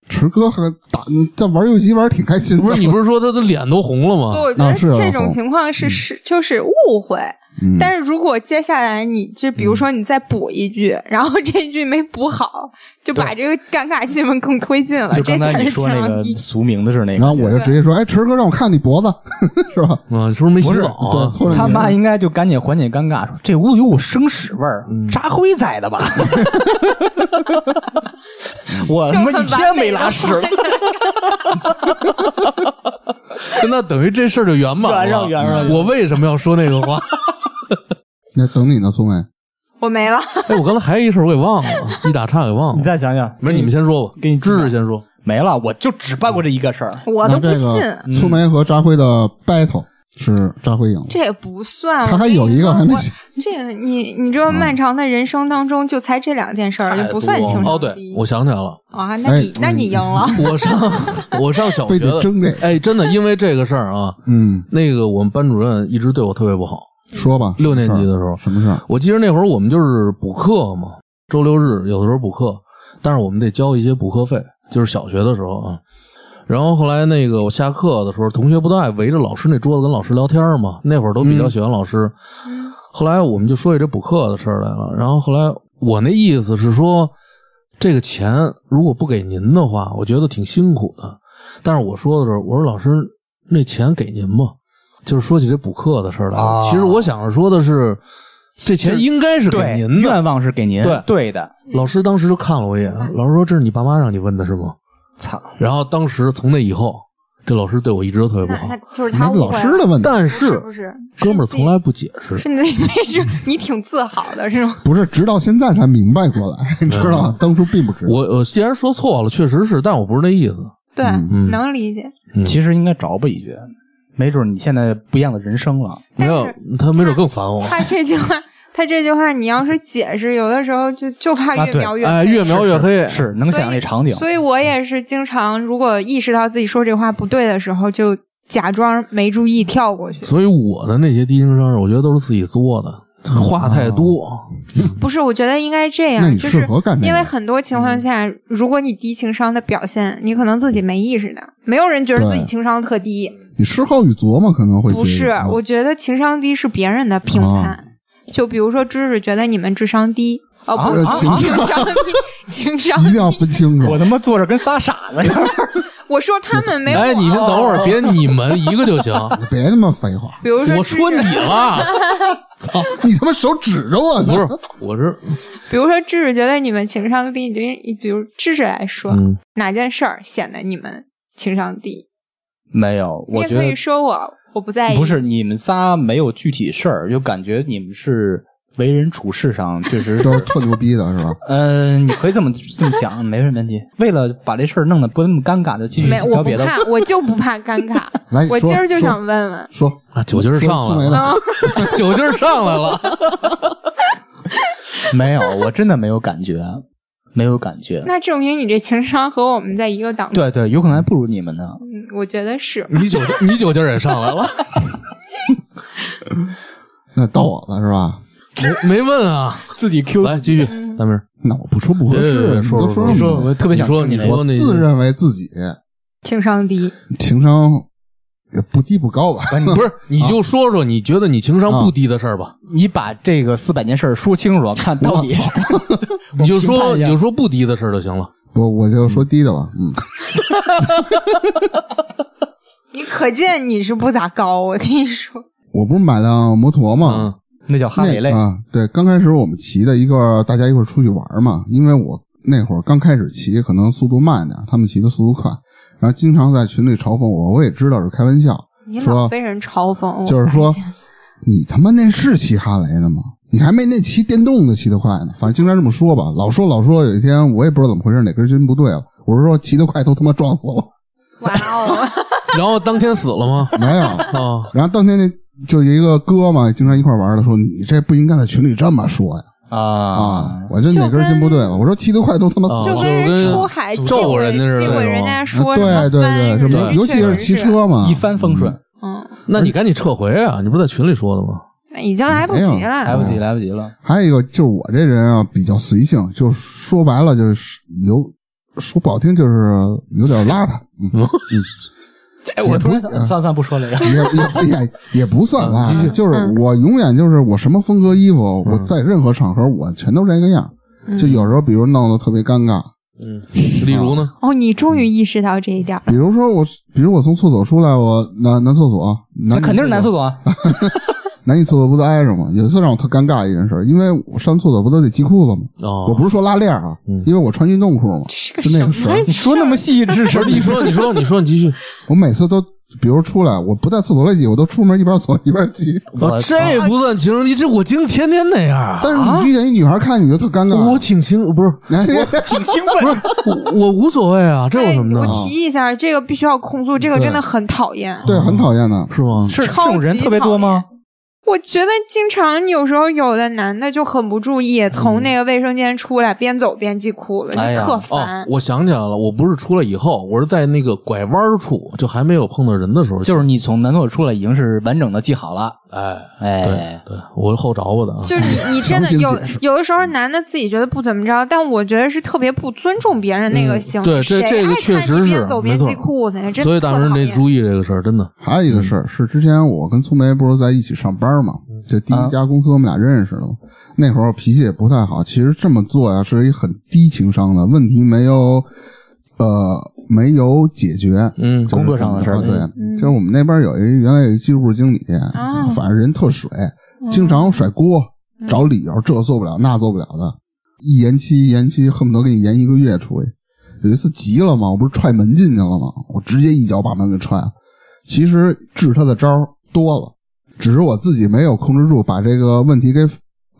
池哥和打在玩游戏玩儿挺开心的，
不是你不是说他的脸都红了
不，
吗？
我觉
啊
得
是啊
这种
我
情况是是就是误会。
嗯
但是如果接下来你就比如说你再补一句，然后这一句没补好，就把这个尴尬气氛更推进了。
就
哎这
刚才
才
你
是
说那
强
个
敌。
俗名字是那个，
然后我就直接说：“哎，池哥，让我看你脖子， 是吧
啊，是不是没洗
不是
澡啊
对？搓着
他
你
妈应该就赶紧缓解尴尬，说这屋子有股生屎味儿，
嗯
扎灰 踩的吧？我他妈一天没 拉屎了，
那等于这事儿就圆满了。
圆上圆上
我为什么要说那个话？？”
那等你呢，苏梅。
我没了，
哎，我刚才还有一事儿我给忘了， 一打岔给忘
你
了。
再想想，
没事，你们先说吧。
给你记
芝
吧
芝先说。
没了，我就只办过这一个事儿。
我
那
都不
这
信，
嗯
个苏梅和扎辉的 battle 是扎辉赢了。
这也不算。
他
我
还
跟
有
你
一个
说
还没
我
写
这个你你这漫长的人生当中，就才这两件事儿，就不算情商
哦，对，我想起来了，
啊，那你
哎
那你赢了。
我上我上小学
非得
的
争这个
哎，真的因为这个事儿啊，
嗯，
那个我们班主任一直对我特别不好。
说吧。
六年级
什么事
的
儿
时候，
什么事儿？
我记得那会儿我们就是补课嘛，周六日有的时候补课，但是我们得交一些补课费，就是小学的时候啊。然后后来那个我下课的时候，同学不都爱围着老师那桌子跟老师聊天嘛？那会儿都比较喜欢老师。后来我们就说起这补课的事儿来了。然后后来我那意思是说，这个钱如果不给您的话，我觉得挺辛苦的。但是我说的时候，我说老师，那钱给您吧。就是说起这补课的事儿来了，
啊
其实我想着说的是，这钱应该是给
对，
您的。
愿望是给您，
对
对的。
老师当时就看了我一眼，
嗯
老师说：“这是你爸妈让你问的是吗
操，？”
然后当时从那以后，这老师对我一直都特别不好
那。就是
那
他
是
误
老
会
师
了，
的问题，
但
不是不是，
哥们儿从来不解
是
释，
你自己没事，你挺自豪的是吗？
不是直到现在才明白 过来，你知道吗？当初并不知道。
我我既然说错了，确实是，但我不是那意思。
对
嗯，
能理解。
其实应该找补一句，没准你现在不一样的人生了。
没有，他没准更烦我。
他这句话， 他这句话，你要是解释，有的时候就就怕
啊
越
对
描越
哎，
黑
越描越黑。
是能想象那场景，
所以我也是经常，如果意识到自己说这话不对的时候，就假装没注意跳过去。
所以我的那些低情商，我觉得都是自己作的，
嗯
话太多。
不是，我觉得应该这
那
样，
你
就
适
是
合干这个
因为很多情况下，如果你低情商的表现，你可能自己没意识到，没有人觉得自己
对
情商特低。
你事后一琢磨，可能会觉得
不是，
嗯
我觉得情商低是别人的评
啊
判。就比如说，芝芝觉得你们智商低，哦，不是
啊
情
啊
情商低，情商
一定要分清楚
我。他妈坐着跟仨傻子似的。
我说他们没有我。
哎，你先等会儿，别你们一个就 行。
别他妈废话，
比如说
我
芝
说
芝
你了，
操！你他妈手指着我呢。
不是，我是
比如说芝芝觉得你们情商低，你就比如芝芝来说，
嗯，
哪件事儿显得你们情商低？
没有，
你
我
也
觉
可
得
以说我，我不在意。
不是你们仨没有具体事儿，就感觉你们是为人处事上确实
都是
是。
特牛逼的是吧？
嗯，你可以这么这么想，没什么问题。为了把这事儿弄得不那么尴尬，就继续
没，我
聊
不
别的。
怕，我就不怕尴尬
来你。
我
说
今儿就
说
想问问，
说
啊，酒劲儿
说
上
苏梅
来
的
了，啊 酒劲儿上来了。
没有，我真的没有感觉，没有感觉。
那证明你这情商和我们在一个档次。
对对，有可能还不如你们呢。
嗯我觉得是。
你酒劲你酒劲儿也上来了，
那到我了是吧？
没没问啊？
自己 Q
来继续，大明儿，
那我不说不合
别别
适，
别
你
说
都
说
了
说
我特别
你
想
说
听
你
这个
说那
自认为自己
情商低，
情商也不低不高吧？
不是，你就说说你觉得你情商不低的事儿吧，
你把这个四百件事儿说清楚了，看到底是
你就
我评
说
判一
你
下
就说不低的事儿就行了。
我我就说低的吧，嗯，
你可见你是不咋高。我跟你说，
我不是买辆摩托吗？
嗯，
那叫哈
那
雷类。
啊，对，刚开始我们骑的一个，大家一块儿出去玩嘛，因为我那会儿刚开始骑，可能速度慢点，他们骑的速度快，然后经常在群里嘲讽我，我也知道是开玩笑，
你
说
老被人嘲讽，我
就是说
发现
你他妈那是骑哈雷的吗？你还没那骑电动的骑得快呢。反正经常这么说吧，老说老说。有一天我也不知道怎么回事，哪根筋不对了，我是说骑得快都他妈撞死了，
哇哦，
然后当天死了吗？
没有。
啊，
然后当天那就一个哥嘛，经常一块儿玩儿的说：“你这不应该在群里这么说呀！”啊
啊，，
我这哪根筋不对了？我说骑得快都他妈死
就
了，
跟
就
人
跟
出海
揍
忌讳
人的似的
忌
那
讳
种
人家说
啊
什
对
么
对对，
帆
什
么
么，
的，
尤其
确
是
实
骑车嘛
一，帆风顺，
嗯，
那你赶紧撤回啊！你不是在群里说的吗？
已经来不及
没有啊
来
了。
不及，来不及了。
还有一个就是我这人啊比较随性，就说白了就是有说不好听就是有点邋遢， 嗯，
哎，我突然想，算算不说了，然后
也也也也不算邋
继续
遢，就是我永远就是我什么风格衣服，我在任何场合我全都这个样。就有时候比如弄得特别尴尬，
嗯，例如呢？
哦，你终于意识到这一点儿，
比如说我比如我从厕所出来，我男男厕所啊
那
男
肯定是男
所
厕所啊，
男女厕所不都挨着吗？有一次让我特尴尬一件事，因为我上厕所不都得系裤子吗？
哦，
我不是说拉链啊，因为我穿运动裤嘛，
这是
就那个
什
时候
么？
你说那么细致，
不是你 说，你说，你说，你继续。
我每次都，比如出来，我不在厕所里挤，我都出门一边走一边挤。
啊这不算情人节，这我经历天天那样啊。
但是你遇见一女孩看你就特尴尬，哎
我挺兴，不是
啊挺兴奋，
我我无所谓啊，这有
哎
什么
我
的？
提一下，这个必须要控诉，这个真的很讨厌。
对，很讨厌的。
是吗？
是
超
这种人
级
特别多吗？
我觉得经常有时候有的男的就很不注意，
嗯
从那个卫生间出来，边走边系裤子，
哎
就
呀
特
哦
烦，。
我想起来了，我不是出来以后，我是在那个拐弯处，就还没有碰到人的时候，
就是你从男厕所出来已经是完整的系好了，
哎，
哎，
对我是后着吧的 啊。
就是你，你真的
强行
有
解释
有的时候，男的自己觉得不怎么着，但我觉得是特别不尊重别人那个行为。
嗯对这
谁
这个
爱
确
看
实
你边
是
走
没
边
错
系裤子呀，真
所以
特
大明
讨
得
厌
注意这个事儿，真的。
还有一个事儿是，之前我跟苏梅不是在一起上班嘛，
嗯
就第一家公司我们俩认识的嘛。那会儿我脾气也不太好，其实这么做呀是一很低情商的问题，没有呃没有解决。
嗯
就是
工作上的事儿
啊对，就是我们那边有一原来有一技术部经理，
啊
反正人特水，经常甩锅，找理由，这做不了，那做不了的，一延期一延期，恨不得给你延一个月出去。有一次急了嘛，我不是踹门进去了吗？我直接一脚把门给踹了。其实治他的招儿多了，只是我自己没有控制住，把这个问题给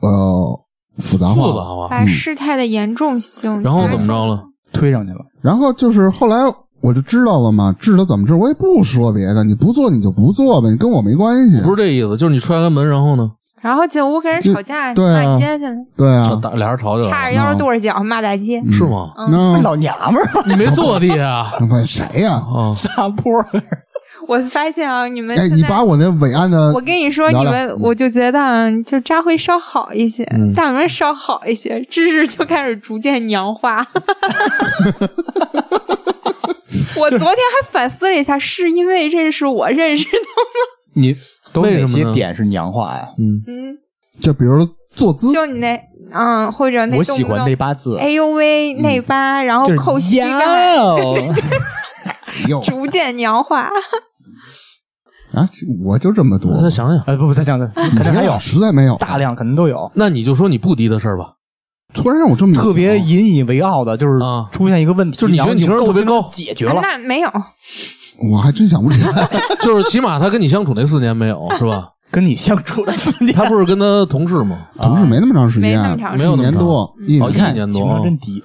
呃复杂
复
化
杂吧。
了。
把哎事态的严重性。
啊嗯然后怎么着
嗯
了？
推上去了，
然后就是后来我就知道了嘛，治他怎么治，我也不说别的，你不做你就不做呗，你跟我没关系。
不是这意思，就是你踹开门，然后呢，
然后进屋跟人吵架，
对啊
骂街去了，
对
吵
啊，
打俩人吵起
叉
来
着
了，
腰跺着脚骂大街。
是吗？
嗯
那
老娘们儿
你没坐地啊？
问谁呀、
啊，
撒泼儿，
我发现啊，你们
哎，
现
你
在
把我那伟岸的
嗯
我跟你说，
聊
你
聊
们我就觉得啊就扎辉稍好一些，
嗯
大明稍好一些， 知识就开始逐渐娘 化。我昨天还反思了一下，是因为认识我认识的，
你都
为
哪
什么
些
呢
点是娘话呀？
嗯，
就比如坐姿，
就你那嗯，或者那
我
动
喜
不
欢
动
那八字，
哎呦喂
嗯
内八，然后
就是
扣膝盖，
呀哦，
哟
逐渐 娘化。
啊，我就这么多
我，嗯再想想，
哎，不不，再讲的，肯定还
没
有
有，实在没有。
大量，肯定都有。
那你就说你不低的事儿吧。
突然让我这么一想
特别引以为傲的，就是
啊
出现一个问题，
就是你觉得你
然后
情商特
够
别
劲儿
高
解决了，
哎那没有，
我还真想不起
啊
来。
就是起码他跟你相处那四年没有，是吧？
跟你相处了四年，
他不是跟他同事吗？
同事没那么长时
没
间
那么长，时嗯
没
一
有那么
年
长
多，一
哦
年。
看
一年多
情商真低，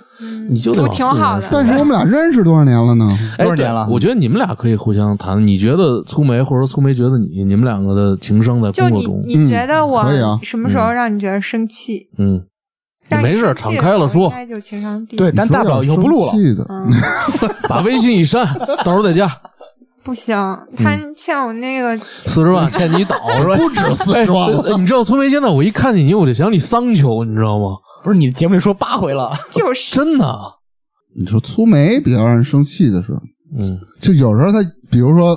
你就得
我
往
挺
四年
好的
上
但是我们俩认识多少年了呢？
哎，
多少
对
年了
我觉得你们俩可以互相谈。你觉得粗梅，或者说粗梅觉得你，你们两个的情商在
就
工作
你
中，
你觉得
可以啊
我什么时候让你觉得生气？
嗯，
让你
没事
生
儿，
气
敞
的
开
时候
了
应
说，
该就情商低。
对，咱大不了以后不录了
生。气的，
嗯，
把微信一删，到时候再加
不行，他欠我那个，
四十万欠你倒，不止四十万。哎你知道粗梅现在我一看见你，我就想你桑球，你知道吗？
不是你节目里说八回了，
就是
真的，
你说粗眉比较让人生气的是，
嗯，
就有时候他，比如说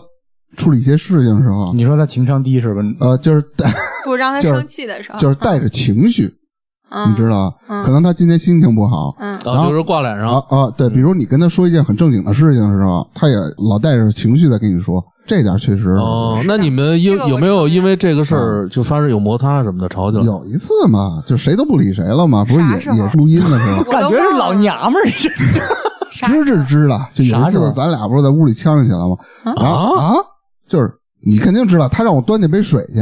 处理一些事情的时候，啊
你说他情商低 是吧？
呃，就是带
不让他
就是
生气的时候，
就是带着情绪，
嗯
你知道吧
嗯
可能他今天心情不好，
嗯
啊，比如说挂脸
啊
上，
啊，对，比如你跟他说一件很正经的事情的时候，他也老带着情绪在跟你说，这点确实
哦，那你们因
这个我
有没有
承认
因为这个事儿就发生有摩擦什么的吵起来？
有一次嘛，就谁都不理谁了嘛，不是
啥
也
时候，
也是录音的时候
我
感
都
觉是
忘
老
了
娘们儿，这是
啥
知是知了，就有
啥
一
时候
次咱俩不是在屋里呛起来吗？啊啊，就是你肯定知道，他让我端那杯水去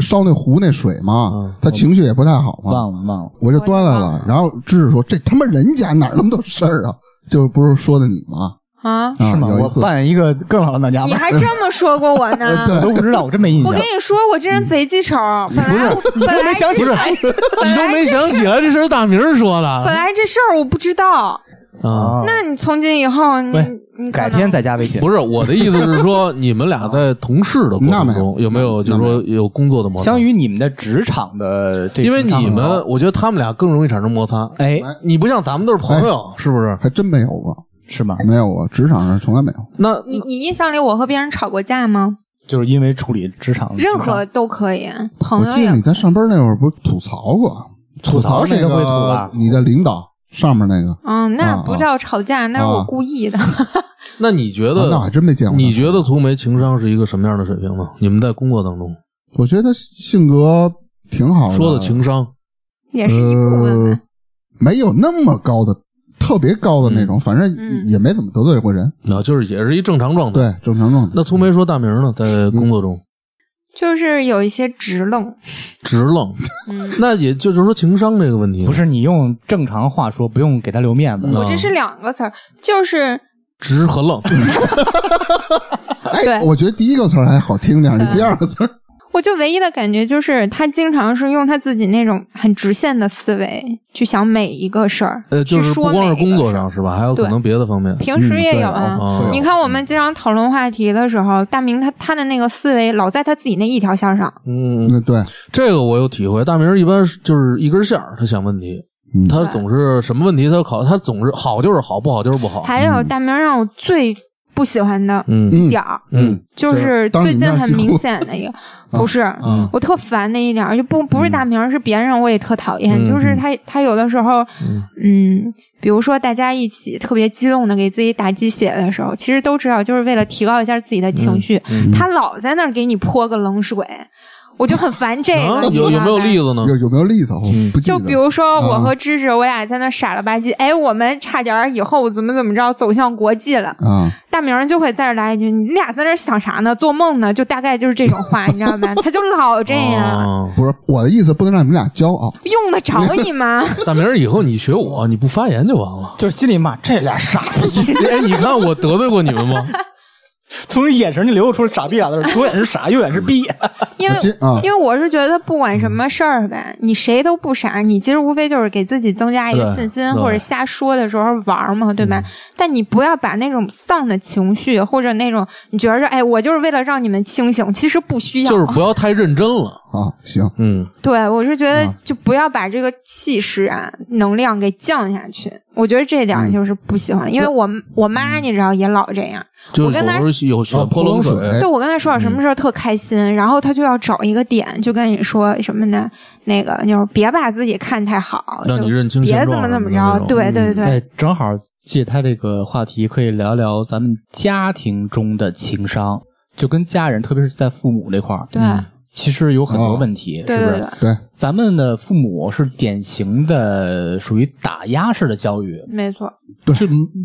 烧那壶那水嘛
嗯，
他情绪也不太好嘛，
忘了忘了，
我就 端来了，然后知识说这他妈人家哪儿那么多事儿啊？就不是说的你吗？
啊！
啊
是吗？
有一
我
次，
办一个更老的大家
你
吧，
还这么说过我呢？
我都不知道，我真没印
我
象
跟。你说，我这人贼记仇，本来我本
都
来
没想起来，
你都没想起来这是大明儿说
本
的
来这事儿我不知道，
啊？
啊
那你从今以后你
喂
你可
改
能
天再加微信。
不是我的意思是说，你们俩在同事的过
那
程
没有
中有没有就是说有工作的摩擦？
相于你们的职场的这，
因为你们，我觉得他们俩更容易产生摩擦。
哎，
你不像咱们都是朋友，是不是？
还真没有过，
是吗？
没有过，职场上从来没有。
那
你你印象里我和别人吵过架吗？
就是因为处理职场
任何都可以，
我
朋友
记得
也
你在上班那会儿不是吐槽过，
吐槽
槽
谁
那
都会
个
吐吧
你的领导上面那个，
嗯，那
啊
不叫吵架，那是我故意的。
那你觉
啊那我
得
还真没见过。
你觉得涂梅情商是一个什么样的水平呢？你们在工作当中
我觉得他性格挺好
说的
的
情商，
也是一部分
呃
吧。，
没有那么高的，特别高的那种，反正
嗯
也没怎么得罪过人，
那啊就是也是一正常状态。
对，正常状态。
那粗梅说大名呢，在工作中
就是有一些直愣，
直愣，
嗯
嗯
那也就是说情商这个问题呢
不是你用正常话说，不用给他留面子。。
嗯
我这是两个词儿，就是
直和愣，
哎
对，
我觉得第一个词儿还好听点儿，这第二个词儿
我就唯一的感觉就是他经常是用他自己那种很直线的思维去想每一个事儿，
呃，就
去
是不
说
光是
每一
工
个
作
事儿
上是吧？还有可
对
能别的方面。
平时也有
嗯
啊。
对
啊
会有
你看我们经常讨论话题的时候，大明他他的那个思维老在他自己那一条线上，
嗯，
嗯，对，
这个我有体会。大明一般是就是一根线儿，他想问题，
嗯
他总是什么问题他都考，他总是好就是好，不好就是不
哦
好。
还有大明让我最不喜欢的
嗯
嗯
点儿，
嗯，
就是
当
最
你
近
面
很
几乎
明显 的一
啊
个，不是，
嗯
我特烦的一点儿，就不不是大名儿，是别人我也特讨厌，
嗯
就是他他有的时候，嗯，比如说大家一起特别激动的给自己打鸡血的时候，其实都知道就是为了提高一下自己
嗯
的情绪，他老在那儿给你泼个冷水，我就很烦哎这个，
啊，
你知
有有没有
道吗
例子呢？
有有没有例子？我
嗯
不记得。
就比如说，我
啊
和芝芝，我俩在那儿傻了吧唧，哎，我们差点儿以后怎么怎么着走向国际了。
啊，
大明儿就会在这儿来一句：“你俩在这儿想啥呢？做梦呢？”就大概就是这种话，你知 道吗？他就老这样，
哦
不是我的意思，不能让你们俩骄傲。
用得着 你吗？
大明以后你学我，你不发言就完了
就是心里骂这俩傻逼，
哎，你看我得罪过你们 吗？
从你眼神里流露出傻逼俩字儿，左眼是傻，右眼是逼。
因为
我今啊
因为我是觉得不管什么事儿呗，你谁都不傻，你其实无非就是给自己增加一个信心，
嗯对嗯对
或者瞎说的时候玩儿嘛，对吧？但你不要把那种丧的情绪或者那种你觉着哎，我就是为了让你们清醒，其实不需要。
就是不要太认真了。
啊，行，
嗯，
对，我是觉得就不要把这个气势啊、能量给降下去。我觉得这点儿
嗯
就是不喜欢，因为我我妈你知道也老这样。
就
我
有
跟他
时候有喜欢
啊
泼冷水
泼冷水哎
对我跟她说有什
嗯
么事儿特开心，然后她就要找一个点，就跟你说什么呢？那个就是别把自己看太好，
让你
就
认清现
别
状
怎么怎么
什的那
着。
种嗯
对对对，
哎，正好借他这个话题，可以聊聊咱们家庭中的情商，就跟家人，特别是在父母这块儿，嗯
对
哎
其实有很多问题，
对
是不
对
是
对？，
对，
咱们的父母是典型的属于打压式的教育，
没错。
就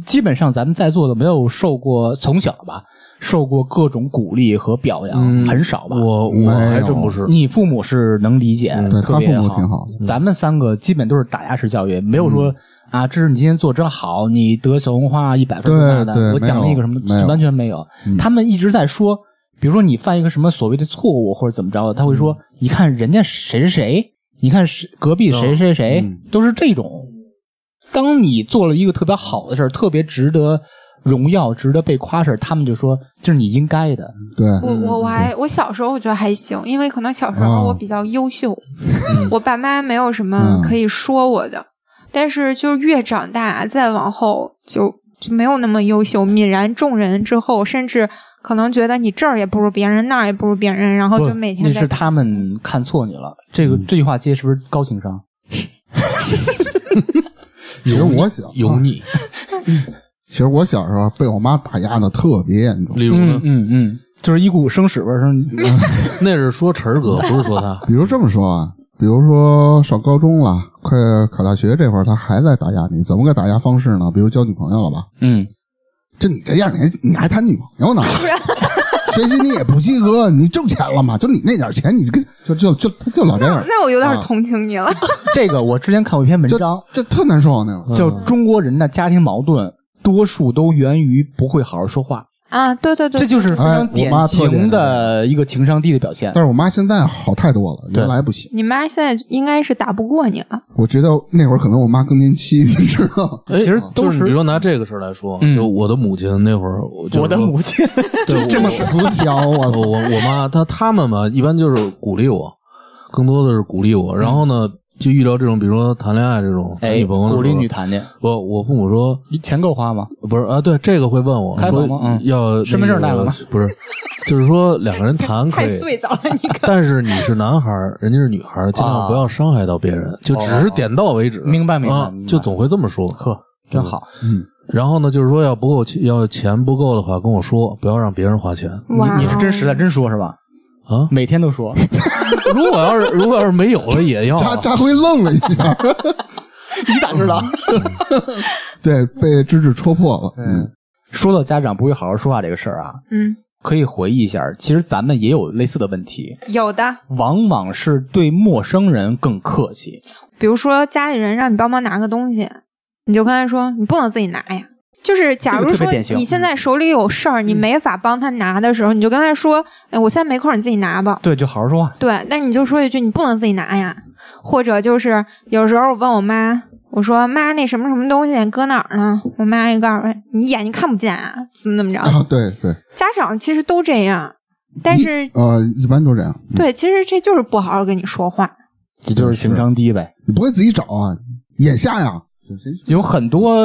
基本上咱们在座的没有受过从小吧，受过各种鼓励和表扬，
嗯
很少吧？
我我还哎真不是。
你父母是能理解，
对
特别
嗯他父母挺好的嗯
咱们三个基本都是打压式教育，没有说啊，这是你今天做真好，你得小红花一百分
对
儿的，
对
我奖励一个什么
没有没，嗯有
完全没有。他们一直在说，比如说你犯一个什么所谓的错误或者怎么着的，他会说，
嗯
你看人家谁谁谁，你看谁隔壁谁
哦
谁谁，
嗯
都是这种。当你做了一个特别好的事儿，特别值得荣耀、值得被夸的事儿，他们就说这是你应该的。
对，
我
嗯
我我还我小时候我觉得还行，因为可能小时候
哦
我比较优秀，
嗯
我爸妈没有什么
嗯
可以说我的。但是就越长大，再往后就就没有那么优秀，泯然众人之后，甚至可能觉得你这儿也不如别人，那儿也不如别人，然后
不
哦就每天
那
在
是他们看错你了。这个、
嗯
这句话接是不是高情商？
其实我小，
油腻，
其实我小时候被我妈打压的特别严重。
例如呢，
嗯嗯，就是一股生屎味儿。说
嗯
那是说晨儿哥，不是说 他。
比如这么说啊，比如说上高中了，快考大学这会儿，他还在打压你，怎么个打压方式呢？比如交女朋友了吧，
嗯，
就你这样，你还你还谈女朋友 呢？学习你也不及格，你挣钱了吗？就你那点钱，你跟就就就他就老这样，
那我有
啊
点同情 你了，
这个我之前看过一篇文
就
章，
就特难受那会儿。嗯
叫《中国人的家庭矛盾》。多数都源于不会好好说话，
啊，对对对，
这就是非常
哎我妈
典
特
型
点
的一个情商低的表现。
但是我妈现在好太多了，
对
原来不行。
你妈现在应该是打不过你了。
我觉得那会儿可能我妈更年期，你知道吗？
哎
其实都
就是是比如说拿这个事儿来说，
嗯
就我的母亲那会儿，就是
我的
说
母亲，
对
这么啊
我
慈祥，我
呃我
操！
我我妈她她们吧，一般就是鼓励我，更多的是鼓励我。然后呢，就遇到这种，比如说谈恋爱这种，谈
哎，
女朋友的时候
鼓励女谈去，
我我父母说
你钱够花吗？
不是啊，对这个会问我
开
说
房吗嗯
要那个
身份证带了吗？
不是，就是说两个人谈可
太
以，
碎早了，你可
但是你是男孩儿，人家是女孩儿，尽量不要伤害到别人，就只是点到为止。
啊哦明白明白
啊
明白
就总会这么说。
呵，真好。
然后呢，就是说要不够钱，要钱不够的话跟我说，不要让别人花钱
你
哇哦
你
啊
是真实在真说是吧？。
啊
每天 都说，
如果要是如果要是没有了，也要啊
扎扎辉愣了一下，
你咋知道？
对，被芝芝戳破了。嗯，
说到家长不会好好说话这个事儿啊，
嗯，
可以回忆一下，其实咱们也有类似的问题，
有的，
往往是对陌生人更客气。
比如说家里人让你帮忙拿个东西，你就跟他说你不能自己拿呀。就是假如
这个特
说
别典型嗯
你现在手里有事儿，你没法帮他拿的时候，你就跟他说：“哎，我现在没空，你自己拿吧。”
对，就好好说话。
对，那你就说一句你不能自己拿呀，或者就是有时候我问我妈，我说妈那什么什么东西搁哪儿呢？我妈就告诉我你眼睛看不见啊，怎么怎么着？
啊，对对，
家长其实都这样，但是
一呃，一般都这样，
对，其实这就是不好好跟你说话。
这就是情商低呗。
你不会自己找啊？眼瞎呀？
有很多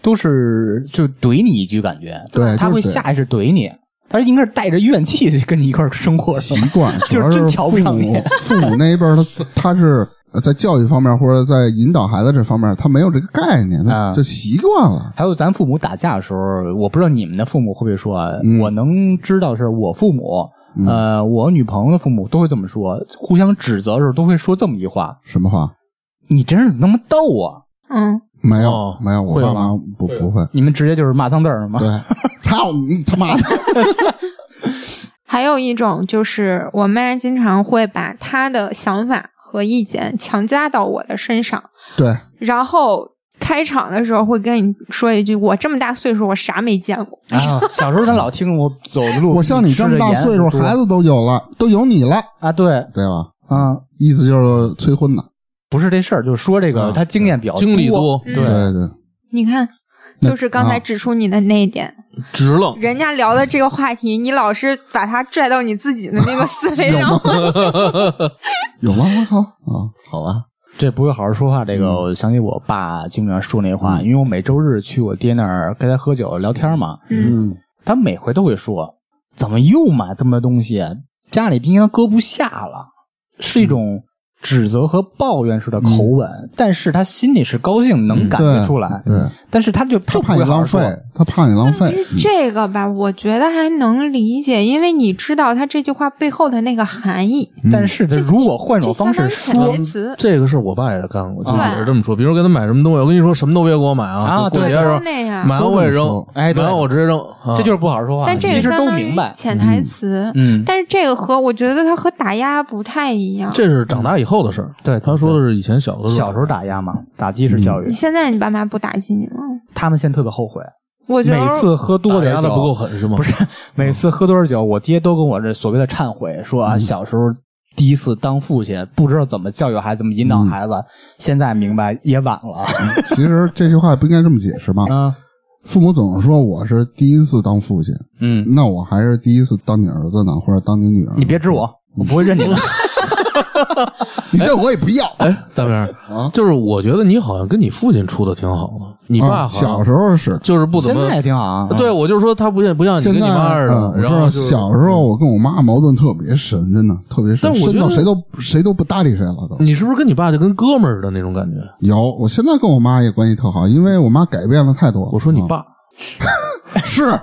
都是就怼你一句，感觉
对
他会
就是怼
下意识怼你，他应该是带着怨气去跟你一块儿生活
习
的。
惯，
就是
主要
真
是
瞧
父
不上
母
你
父母那一辈儿，他他是呃在教育方面或者在引导孩子这方面，他没有这个概念，他
啊
就习惯了。
还有咱父母打架的时候，我不知道你们的父母会不会说啊？
嗯
我能知道是我父母，呃，我女朋友的父母都会这么说，互相指责的时候都会说这么一句话：
什么话？
你真是那么逗啊！
嗯，
没有
哦，
没有，我
会
爸妈
吗啊
不不会。
你们直接就是骂脏字儿吗？
对，操你他妈的！
还有一种就是我妈经常会把她的想法和意见强加到我的身上，
对，
然后。开场的时候会跟你说一句：“我这么大岁数，我啥没见过。
啊，小时候咱老听我走 路，
我像你这么大岁数，
吃着盐
孩子都有了，都有你了，
啊，对，
对吧？
啊，
意思就是催婚呢。
不是这事儿，就是说这个
啊
他经验比较
经历
多
多，
嗯
对
对对，”
你看，
那
就是刚才
啊
指出你的那一点，
直愣。
人家聊的这个话题，你老是把它拽到你自己的那个思维
有
上
吗，？有吗？我操啊！好吧，
这不会好好说话。这
嗯
个，我想起我爸经常说那话，因为我每周日去我爹那儿跟他喝酒聊天嘛，
嗯，
嗯，
他每回都会说：“怎么又买这么多东西？啊家里冰箱搁不下了。”是一种指责和抱怨式的口吻，但是他心里是高兴，能感觉
对
出来。
对，
但是他就
他
就不
怕你
会好好
浪
说。
费，他怕你浪 费。嗯
这个吧，我觉得还能理解，因为你知道他这句话背后的那个含义。
嗯
但是他如果换
这
种
相
方
当
式
于
说
潜台词，
这个事儿我爸也干过，就是
嗯对
也是这么说。比如给他买什么东西，我跟你说什么都别给我买啊！
啊
就过
对
节的时
都
候
那样
买完我也扔
都，
这么说哎
买
对
完我直接扔，啊
这就是不好好说话。
但这
其
个
实
相
都
当于
明白，
潜台词。
嗯，
但是这个和我觉得它和打压不太一样。
这是长大以后的事儿。
对
他说的是以前小的时候，
小时候打压嘛，打击式教育
你，现在你爸妈不打击你吗？
他们现在特别后悔，
我觉得
每次喝多
打
点
压
酒
的不够狠是吗？
不是，每次喝多少酒，我爹都跟我这所谓的忏悔，说啊，小时候第一次当父亲，不知道怎么教育孩子，怎么引导孩子，现在明白也晚 了。啊
其实这句话不应该这么解释吗？
嗯
父母总是说我是第一次当父亲，
嗯，
那我还是第一次当你儿子呢，或者当你女儿。
你别指我，我不会认你的。
你这我也不要。
哎，大明儿，
啊
就是我觉得你好像跟你父亲处的挺好的，你爸
啊
好像
小时候是，
就是不怎
现
么
在也挺好啊。
对，我就说他不像不像你
现
跟你
在
妈似
嗯
的，
我知
然后
道
就是嗯
小时候我跟我妈矛盾特别深，真的特别深，
但我觉得
深到谁都谁都不搭理谁了都。
你是不是跟你爸就跟哥们儿似的那种感觉？
有，我现在跟我妈也关系特好，因为我妈改变了太多。
我说你爸
啊 是
啊，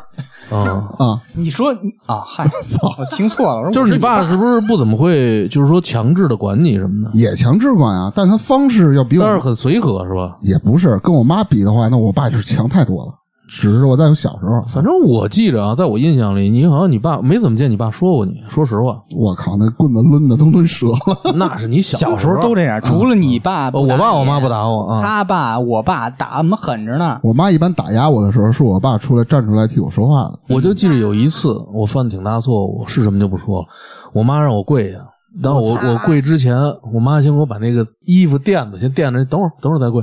啊，
你说啊，嗨，
操
我听错了，我说
就是
我
你爸嗯是不是不怎么会，就是说强制的管你什么的，
也强制管啊，但她方式要比我
但是很随和是吧？
也不是跟我妈比的话，那我爸就是强太多了。只是我在我小时候，
反正我记着啊，在我印象里，你好像你爸没怎么见你爸说过你。说实话，
我靠，那棍子抡的都抡折了。
那是你小
小时
时
候都这样，除了你爸不
呃我
打
爸
你
我妈不打我啊，
他爸我爸打我们狠着呢。
我妈一般打压我的时候，是我爸出来站出来替我说话的。
我就记着有一次我犯挺大错误，是什么就不说了。我妈让我跪下，但我我跪之前，我妈先给我把那个衣服垫子先垫着，等会儿等会儿再 跪，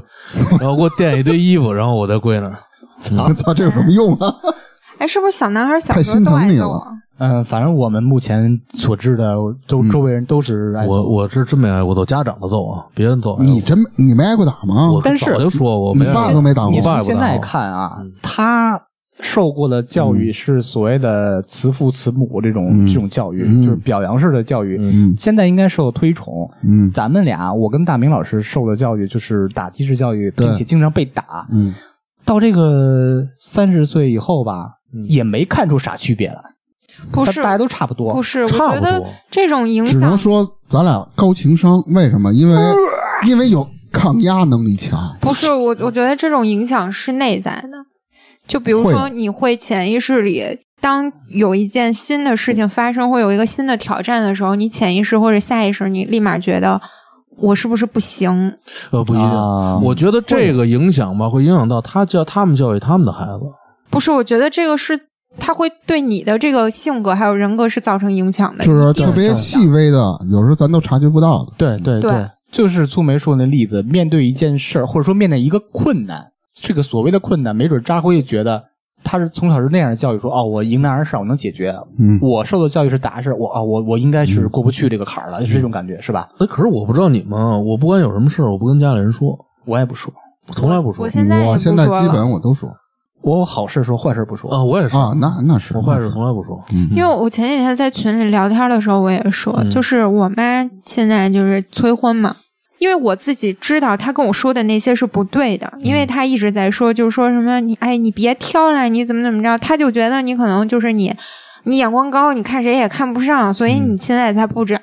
然后给我垫一堆衣服，然后我再跪那儿。
我操，这有什么用啊？
哎，是不是小男孩小
太
时候
心
都
疼
挨
你
揍
了
啊？
嗯，反正我们目前所知的周周围人都是爱
我
揍。
我是真没挨过揍，家长的揍啊，别人揍挨过。
你真你没挨过打吗？
我
但是
早就说过，
你
没挨过
爸都没打过嗯
你
我爸
从
也不
现
打
在
我
看啊，他受过的教育是所谓的慈父慈母这种这种教育，就是表扬式的教育。
嗯
现在应该受推崇。
嗯
咱们俩，我跟大明老师受的教育就是打击式教育，
对
并且经常被打。
嗯，
到这个三十岁以后吧，
嗯
也没看出啥区别来，
不
大
是
大，家都差不多。
不是，我
差
觉
不
得
多
这种影
嗯只能
响
说咱俩高情商，为什么？因为因为有抗压能力强。
不是我，我觉得这种影响是内在的。就比如
会
说，
吗
你会潜意识里，当有一件新的事情发生，会有一个新的挑战的时候，你潜意识或者下意识，你立马觉得我是不是不行？
呃，不一定。
啊
我觉得这个影响吧，会影响到他教他们教育他们的孩子。
不是，我觉得这个是它会对你的这个性格还有人格是造成影响的，
就是
一定
特别
的
细微的，有时候咱都察觉不到的。
对对
对，
就是粗梅说那例子，面对一件事儿，或者说面对一个困难，这个所谓的困难，没准扎辉就觉得他是从小是那样的教育，说哦，我迎难而上，我能解决。
嗯
我受的教育是打是，我啊、我我应该是
嗯
过不去这个坎儿了，就是这种感觉，是吧？
那哎可是我不知道你们，啊，我不管有什么事儿，我不跟家里人说，
我也不说，
我从来不说
我。现在也
我
不
现
说
在基
了，
本我都说
我有好事说，坏事不说。
啊，我也是，
啊，那那是
我坏事
那是
从来不说。
因为我前几天在群里聊天的时候，我也说，
嗯
就是我妈现在就是催婚嘛。因为我自己知道她跟我说的那些是不对的，因为她一直在说，就是说什么你哎你别挑了，你怎么怎么着，她就觉得你可能就是你，你眼光高，你看谁也看不上，所以你现在才不长。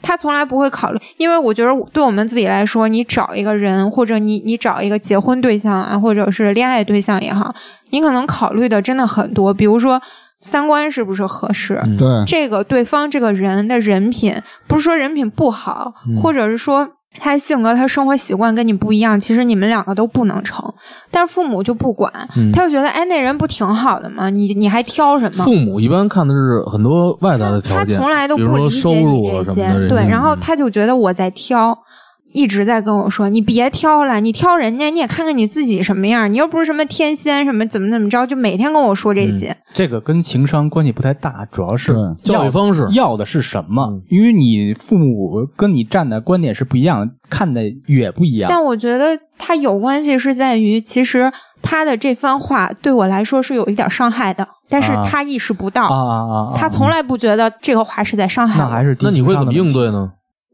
她从来不会考虑，因为我觉得对我们自己来说，你找一个人或者你你找一个结婚对象啊，或者是恋爱对象也好，你可能考虑的真的很多，比如说三观是不是合适，
嗯
对，
这个对方这个人的人品，不是说人品不好，
嗯
或者是说他性格、他生活习惯跟你不一样，其实你们两个都不能成。但是父母就不管，他就觉得哎，那人不挺好的吗？你你还挑什
嗯
么？
父母一般看的是很多外在的条
他
件，
从来都
比
不
如
理
说
解
收入
你
啊
这
什
些
么的。，
对，然后
嗯
他就觉得我在挑。一直在跟我说，你别挑了，你挑人家，你也看看你自己什么样，你又不是什么天仙，什么怎么怎么着，就每天跟我
嗯
说这些。
这个跟情商关系不太大，主要是
对
要
教育方式嗯
要的是什么？因为你父母跟你站的观点是不一样，看的也不一样。
但我觉得他有关系是在于，其实他的这番话对我来说是有一点伤害的，但是
啊
他意识不到，
啊啊啊！啊嗯
他从来不觉得这个话是在伤害
那
我。
还是低
那你
情
会
商
怎么
的问
应
题
对呢？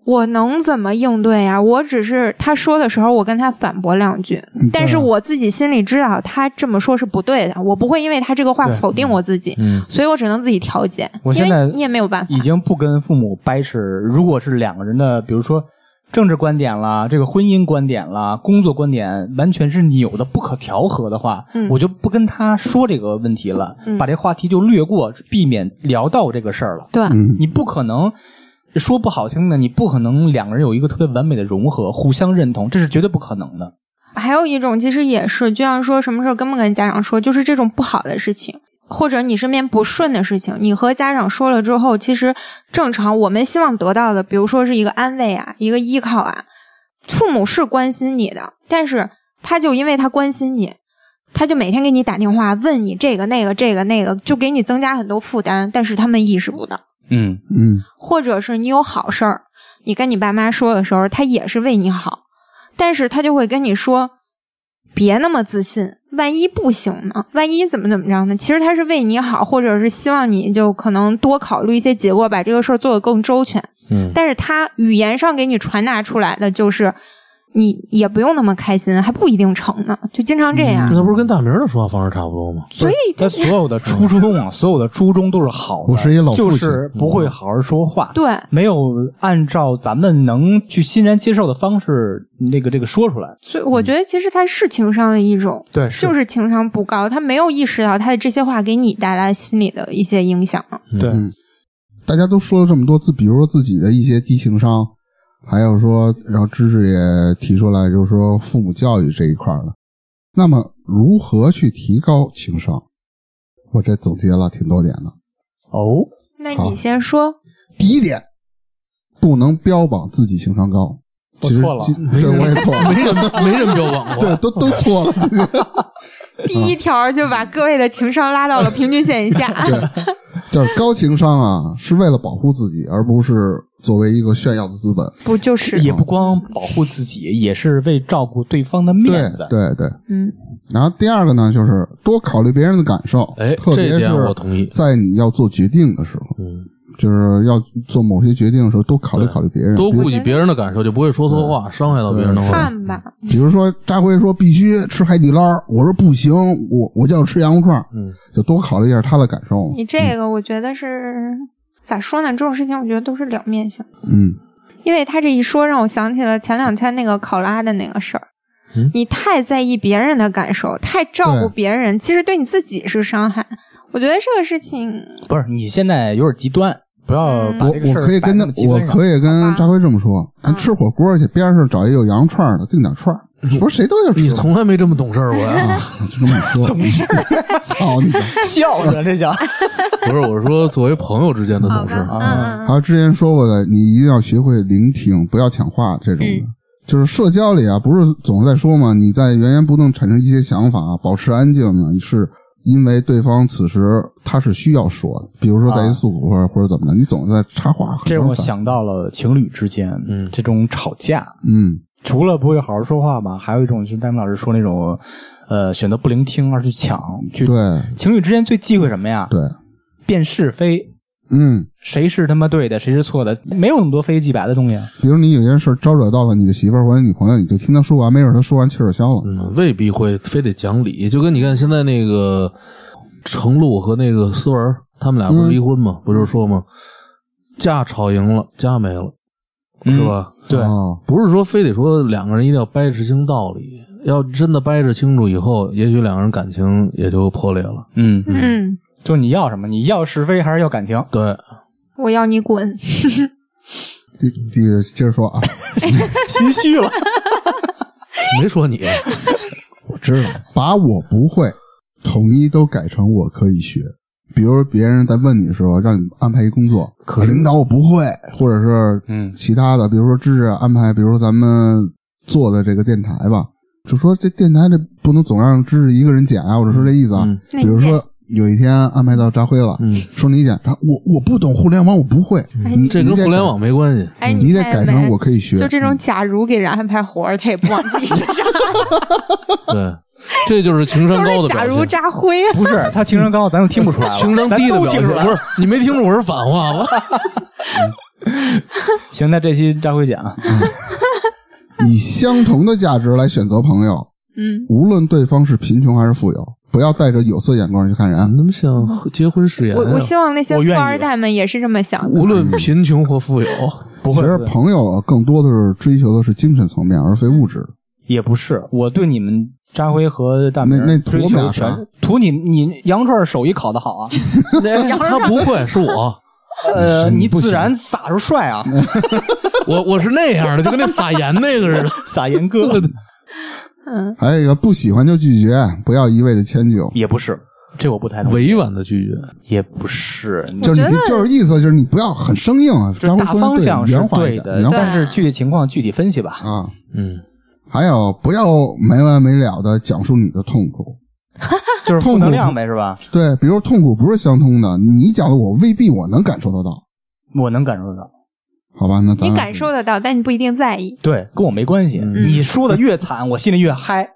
我能怎么应对啊？我只是他说的时候，我跟他反驳两句，
嗯
但是我自己心里知道他这么说是不对的，我不会因为他这个话
对
否定我自己，
嗯
所以我只能自己调节，
我
因
现在
为你也没有办法。
已经不跟父母掰扯。如果是两个人的，比如说政治观点啦、这个婚姻观点啦、工作观点，完全是扭的不可调和的话，
嗯
我就不跟他说这个问题了，
嗯
把这话题就略过，避免聊到这个事儿了。
对，
嗯
你不可能。说不好听的，你不可能两个人有一个特别完美的融合，互相认同，这是绝对不可能的。
还有一种其实也是，就像说什么事儿跟不跟家长说，就是这种不好的事情，或者你身边不顺的事情，你和家长说了之后，其实正常我们希望得到的，比如说是一个安慰啊，一个依靠啊，父母是关心你的，但是他就因为他关心你。他就每天给你打电话，问你这个那个这个那个，就给你增加很多负担，但是他们意识不到。
嗯，
嗯，
或者是你有好事儿，你跟你爸妈说的时候，他也是为你好，但是他就会跟你说，别那么自信，万一不行呢？万一怎么怎么着呢？其实他是为你好，或者是希望你就可能多考虑一些结果，把这个事儿做得更周全。
嗯，
但是他语言上给你传达出来的就是，你也不用那么开心，还不一定成呢，就经常这样。
嗯那不是跟大明儿的说话方式差不多吗？
所以
他所有的初衷啊，所有的初衷都是好的，
我是一老父
就
亲嗯
是不会好好说话，
对
没有按照咱们能去欣然接受的方式，那个这个说出来，
所以我觉得其实他是情商的一种，
对，
就是是情商不高，他没有意识到他的这些话给你带来心理的一些影响。
对
嗯大家都说了这么多自，比如说自己的一些低情商，还有说，然后知识也提出来，就是说父母教育这一块儿了。那么，如何去提高情商？我这总结了挺多点的。
哦，
那
好
你先说，
第一点，不能标榜自己情商高。
我
其实
错了
其对，我也错 了，
没人 没人标榜过，
对，都都错了。 今天
第一条就把各位的情商拉到了平均线以下。
对，就是高情商啊，是为了保护自己，而不是作为一个炫耀的资本。
不就是
也不光保护自己，也是为照顾对方的面
对
子的。
对对。
嗯，
然后第二个呢，就是多考虑别人的感受，
哎
特
这
别
点我
是
同意
在你要做决定的时候，
嗯，
就是要做某些决定的时候，多考虑
对
考虑别人。
多
比如
顾及别人的感受，就不会说错话，伤害到别人的话。
看吧，
比如说，扎辉说必须吃海底捞，我说不行，我我就要吃羊肉串，
嗯，
就多考虑一下他的感受。
你这个我觉得是咋说呢？这种事情我觉得都是两面性。
嗯，
因为他这一说，让我想起了前两天那个考拉的那个事儿。
嗯
你太在意别人的感受，太照顾
对
别人，其实对你自己是伤害。我觉得这个事情，
不是，你现在有点极端，不
嗯
要把
我
这个
我
事儿
可以跟
摆
他
那么极，
我
端上。
可以跟
吧嗯
扎辉这么说，咱吃火锅去，边上找一有羊肉串的，订点串 儿，不是谁都要吃。
你从来没这么懂事儿过呀？
这么说，懂事， 操你！啊
孝顺 这叫
不是，我是说作为朋友之间的懂事
嗯
啊，
嗯
还有之前说过的，你一定要学会聆听，不要抢话这种的。就是社交里啊，不是总在说嘛，你在源源不断产生一些想法，保持安静呢，是因为对方此时他是需要说的，比如说在一
啊
诉苦或者或者怎么的，你总在插话，很
这让我
麻烦，
想到了情侣之间，
嗯
这种吵架，
嗯，
除了不会好好说话嘛，还有一种就是戴明老师说那种，呃，选择不聆听而去抢，去
对
情侣之间最忌讳什么呀？
对，
辨是非，
嗯，
谁是他妈对的，谁是错的，没有那么多非黑即白的东西。啊
比如你有些事儿招惹到了你的媳妇儿或者女朋友，你就听她说完，没准她说完气儿就消了，
嗯，未必会非得讲理。就跟你看现在那个程璐和那个思文儿，他们俩
嗯
不是离婚吗？不就是说吗？架吵赢了，家没了，
嗯
是吧？
对
哦，
不是说非得说两个人一定要掰扯清道理，要真的掰扯清楚以后，也许两个人感情也就破裂了。
嗯，
嗯嗯，
就你要什么？你要是非还是要感情？
对，
我要你滚。
第第接着说啊，
心虚了。
没说你，啊
我知道，把我不会统一都改成我可以学。比如别人在问你的时候，让你安排一工作，可领导我不会，或者是
嗯
其他的，比如说知识安排，比如说咱们做的这个电台吧，就说这电台这不能总让知识一个人剪啊，我就说这意思啊。
嗯
那
比如
你
说有一天安排到扎辉了，
嗯
说你剪，他我我不懂互联网，我不会，
哎
你
这跟互联，网没关系。
哎，
你得
看
改你得改
没
成我可以学，
就这种
嗯
假如给人安排活儿，他也不往自己身上，
对，这就是情商高的
都是
表
假
现。
如扎灰。啊
不是他情商高，咱就听不出来了。
情商
咱
低的
都
表
听
现，
出来
不。是你没听出我是反话吗？
行，那这期张辉姐啊，
以相同的价值来选择朋友，
嗯，
无论对方是贫穷还是富有，不要带着有色眼光去看
嗯
人。
怎么像结婚誓言
我我希望那些
我
富
愿意
二代们也是这么想的。
无论贫穷或富有，
不
其
会
实
不会
朋友更多的是追求的是精神层面，而非物质。
也不是，我对你们扎辉和大明
那那图
追
我们
求
俩啥
全图你你羊串手艺烤的好啊，
那他不会是我，
呃，
你
你
不
自
行
然撒出帅 啊，
我我是那样的，就跟那撒盐那个似的。
撒盐哥
还有一个，不喜欢就拒绝，不要一味的迁就。
也不是，这我不太懂，
委婉的拒绝，
也不是，
就是
我
你
觉得
就是意思就是你不要很生硬啊，
就是
张辉
大
说
方向是
圆滑一
对
点
的，
圆滑
但是具体情况具体分析吧。
啊。
嗯，
还有，不要没完没了的讲述你的痛苦。
就是负能量呗，是吧？
对，比如痛苦不是相通的，你讲的我未必我能感受得到，
我能感受到，
好吧？那咱
你感受得到，但你不一定在意。
对，跟我没关系。
嗯
你说的越惨，我心里越嗨。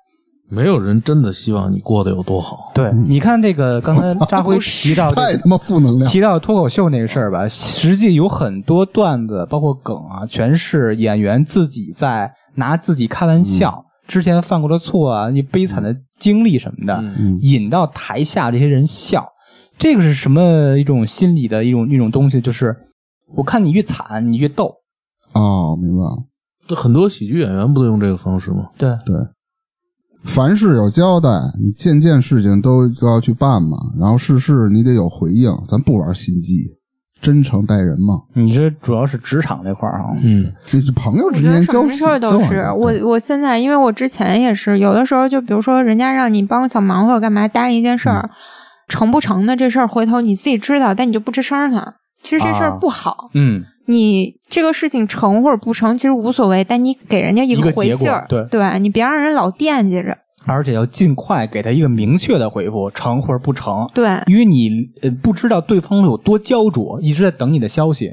没有人真的希望你过得有多好。
对，你看这个刚才扎辉提到这
太
个
他妈负能量。
提到脱口秀那个事儿吧，实际有很多段子，包括梗啊，全是演员自己在拿自己开玩笑，之前犯过的错啊，一悲惨的经历什么的，
嗯
引到台下这些人笑。这个是什么一种心理的一种一种东西？就是我看你越惨，你越逗。
哦，明白了。
那很多喜剧演员不都用这个方式吗？
对，
对，凡事有交代，你件件事情都都要去办嘛，然后事事你得有回应，咱不玩心机，真诚待人嘛。
你这主要是职场这块儿啊。
嗯，
这这朋友
我
之
觉得
间
什
交
么事儿
交
都
往
是
对
我，我现在因为我之前也是，有的时候就比如说人家让你帮个小忙或者干嘛，答应一件事儿，成不成的这事儿，回头你自己知道，但你就不吱声儿它。其实这事
啊
儿不好，
嗯，
你这个事情成或者不成其实无所谓，但你给人家一
一个
回
结果
信儿，
对
吧？你别让人老惦记着，
而且要尽快给他一个明确的回复，成或者不成。
对。
因为你呃不知道对方有多焦灼，一直在等你的消息。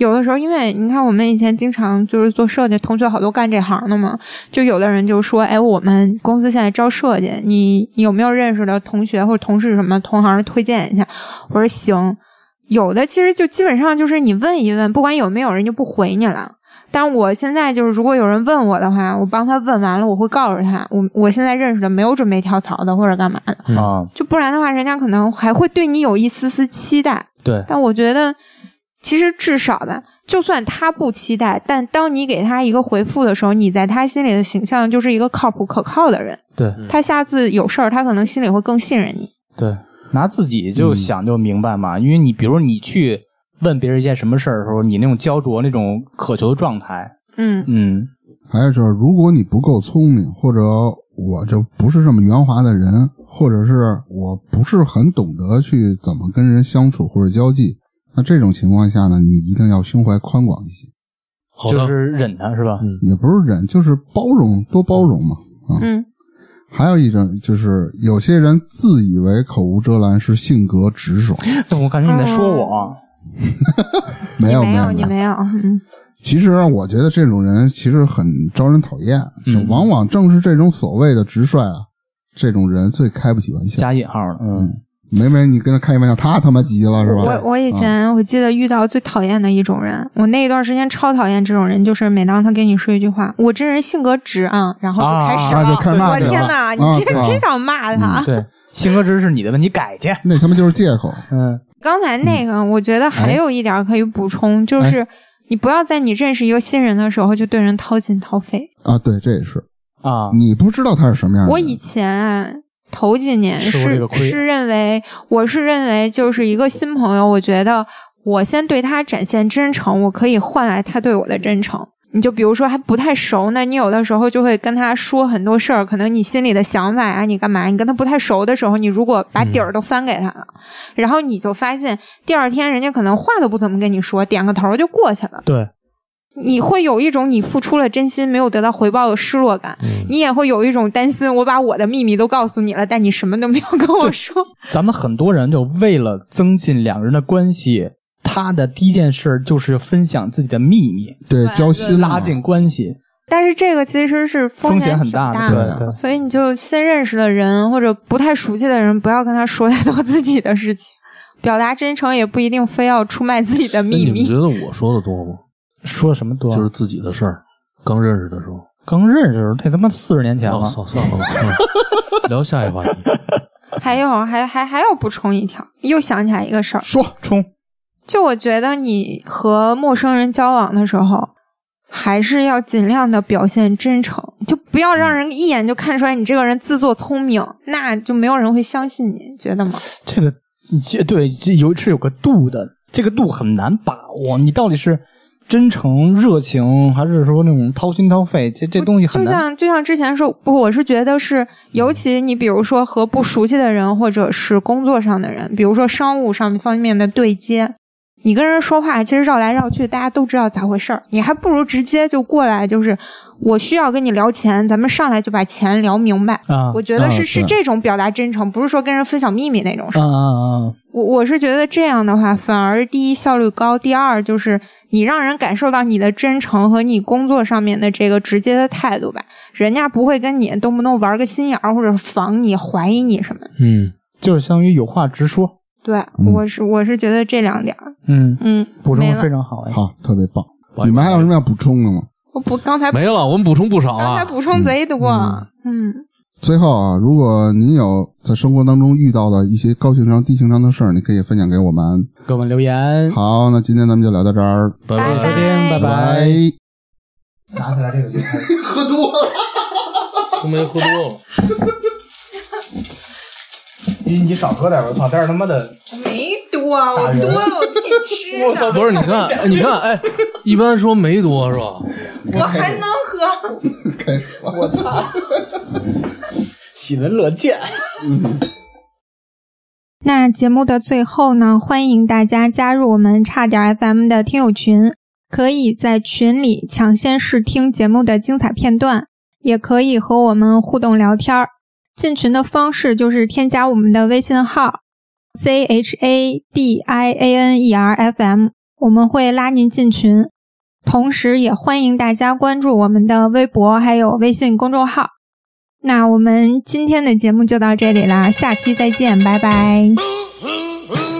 有的时候，因为你看，我们以前经常就是做设计，同学好多干这行的嘛。就有的人就说：“哎，我们公司现在招设计，你你有没有认识的同学或者同事什么同行推荐一下？”我说：“行。”有的其实就基本上就是你问一问，不管有没有人就不回你了。但我现在就是，如果有人问我的话，我帮他问完了，我会告诉他，我我现在认识的没有准备跳槽的或者干嘛的，
啊，
就不然的话，人家可能还会对你有一丝丝期待。
对，
但我觉得，其实至少吧，就算他不期待，但当你给他一个回复的时候，你在他心里的形象就是一个靠谱可靠的人。
对，
嗯
他下次有事儿，他可能心里会更信任你。
对，嗯拿自己就想就明白嘛，因为你比如你去问别人一件什么事儿的时候，你那种焦灼、那种渴求的状态，
嗯，
嗯，
还有就是，如果你不够聪明，或者我就不是这么圆滑的人，或者是我不是很懂得去怎么跟人相处或者交际，那这种情况下呢，你一定要胸怀宽广一些，
好的，
就是忍他是吧？
嗯
也不是忍，就是包容，多包容嘛。啊、
嗯，
还有一种就是有些人自以为口无遮拦是性格直爽，
但 我感觉你在说我，
哦
没有
你没
有
你
有。
没有，嗯，
其实啊我觉得这种人其实很招人讨厌，
嗯
就往往正是这种所谓的直率啊，这种人最开不起玩笑。
加引号的，嗯，
没没，你跟他开玩笑，他他妈急了是吧？
我我以前我记得遇到最讨厌的一种人，我那一段时间超讨厌这种人，就是每当他跟你说一句话，我这人性格直啊，然后就开始
啊
了，
就开始骂
我
你了
天哪，你
啊
这
对吧
真想骂他。
对，性格值是你的问题，改去，
那他妈就是借口。
嗯，
刚才那个，我觉得还有一点可以补充，就是你不要在你认识一个新人的时候就对人掏心掏肺。
啊，对，这也是
啊，
你不知道他是什么样的人。
我以前啊，头几年
吃过这
是
个亏
是认为，我是认为就是一个新朋友，我觉得我先对他展现真诚，我可以换来他对我的真诚。你就比如说还不太熟，那你有的时候就会跟他说很多事儿，可能你心里的想法啊，你干嘛？你跟他不太熟的时候，你如果把底
嗯
儿都翻给他了，然后你就发现第二天人家可能话都不怎么跟你说，点个头就过去了。
对，
你会有一种你付出了真心没有得到回报的失落感，
嗯
你也会有一种担心，我把我的秘密都告诉你了，但你什么都没有跟我说。
咱们很多人就为了增进两人的关系，他的第一件事就是分享自己的秘密，
对交心啊嘛
拉近关系，
但是这个其实是
风
险
险很
挺大
的，对对。
所以你就新认识的人或者不太熟悉的人，不要跟他说太多自己的事情，表达真诚也不一定非要出卖自己的
那
秘
哎你们觉
密。
得我说的多吗？
说什么多？啊
就是自己的事儿，刚认识的时候。
刚认识的时候，那他妈四十年前
哦，
了。
算算了吧，嗯聊下一话题。
还有，还还还要补充一条，又想起来一个事儿，
说冲，
就我觉得你和陌生人交往的时候，还是要尽量的表现真诚，就不要让人一眼就看出来你这个人自作聪明，那就没有人会相信你，觉得吗？
这个这对这有是有个度的，这个度很难把握。你到底是真诚、热情，还是说那种掏心掏肺？这这东西很
就
难。
像就像之前说，不，我是觉得是，尤其你比如说和不熟悉的人，或者是工作上的人，比如说商务上方面的对接，你跟人说话，其实绕来绕去，大家都知道咋回事儿，你还不如直接就过来，就是我需要跟你聊钱，咱们上来就把钱聊明白。
啊，
我觉得是、
啊
是
对
这种表达真诚，不是说跟人分享秘密那种事
啊
儿。
啊啊！
我我是觉得这样的话，反而第一效率高，第二就是你让人感受到你的真诚和你工作上面的这个直接的态度吧，人家不会跟你动不动玩个心眼儿或者防你、怀疑你什么的。
嗯，
就是相当于有话直说。
对，我是我是觉得这两点儿，
嗯，
嗯，
补充
没
得
了
非常好哎。
好，特别棒。
我
你们还有什么要补充的吗？
我补刚才
没了，我们补充不少
刚才
了。
补充贼多，啊嗯，
最后啊，如果您有在生活当中遇到的一些高情商、低情商的事儿，你可以分享给我们。
给我们留言，
好，那今天咱们就聊到这儿，
拜
谢
拜
谢收听，拜拜。拿起来这个就开始。
喝多了。
都没喝多了。
你你少喝点，我操！但是他妈的，
没多，我多了我自己吃
我
呢，
操
不是，你看，你看，哎，一般说没多是吧？
我还能喝。
我操！喜闻乐见。
那节目的最后呢，欢迎大家加入我们差点 FM 的听友群，可以在群里抢先试听节目的精彩片段，也可以和我们互动聊天儿。进群的方式就是添加我们的微信号 c h a d i a n e r f m，我们会拉您进群。同时，也欢迎大家关注我们的微博还有微信公众号。那我们今天的节目就到这里啦，下期再见，拜拜。
Ooh, ooh, ooh.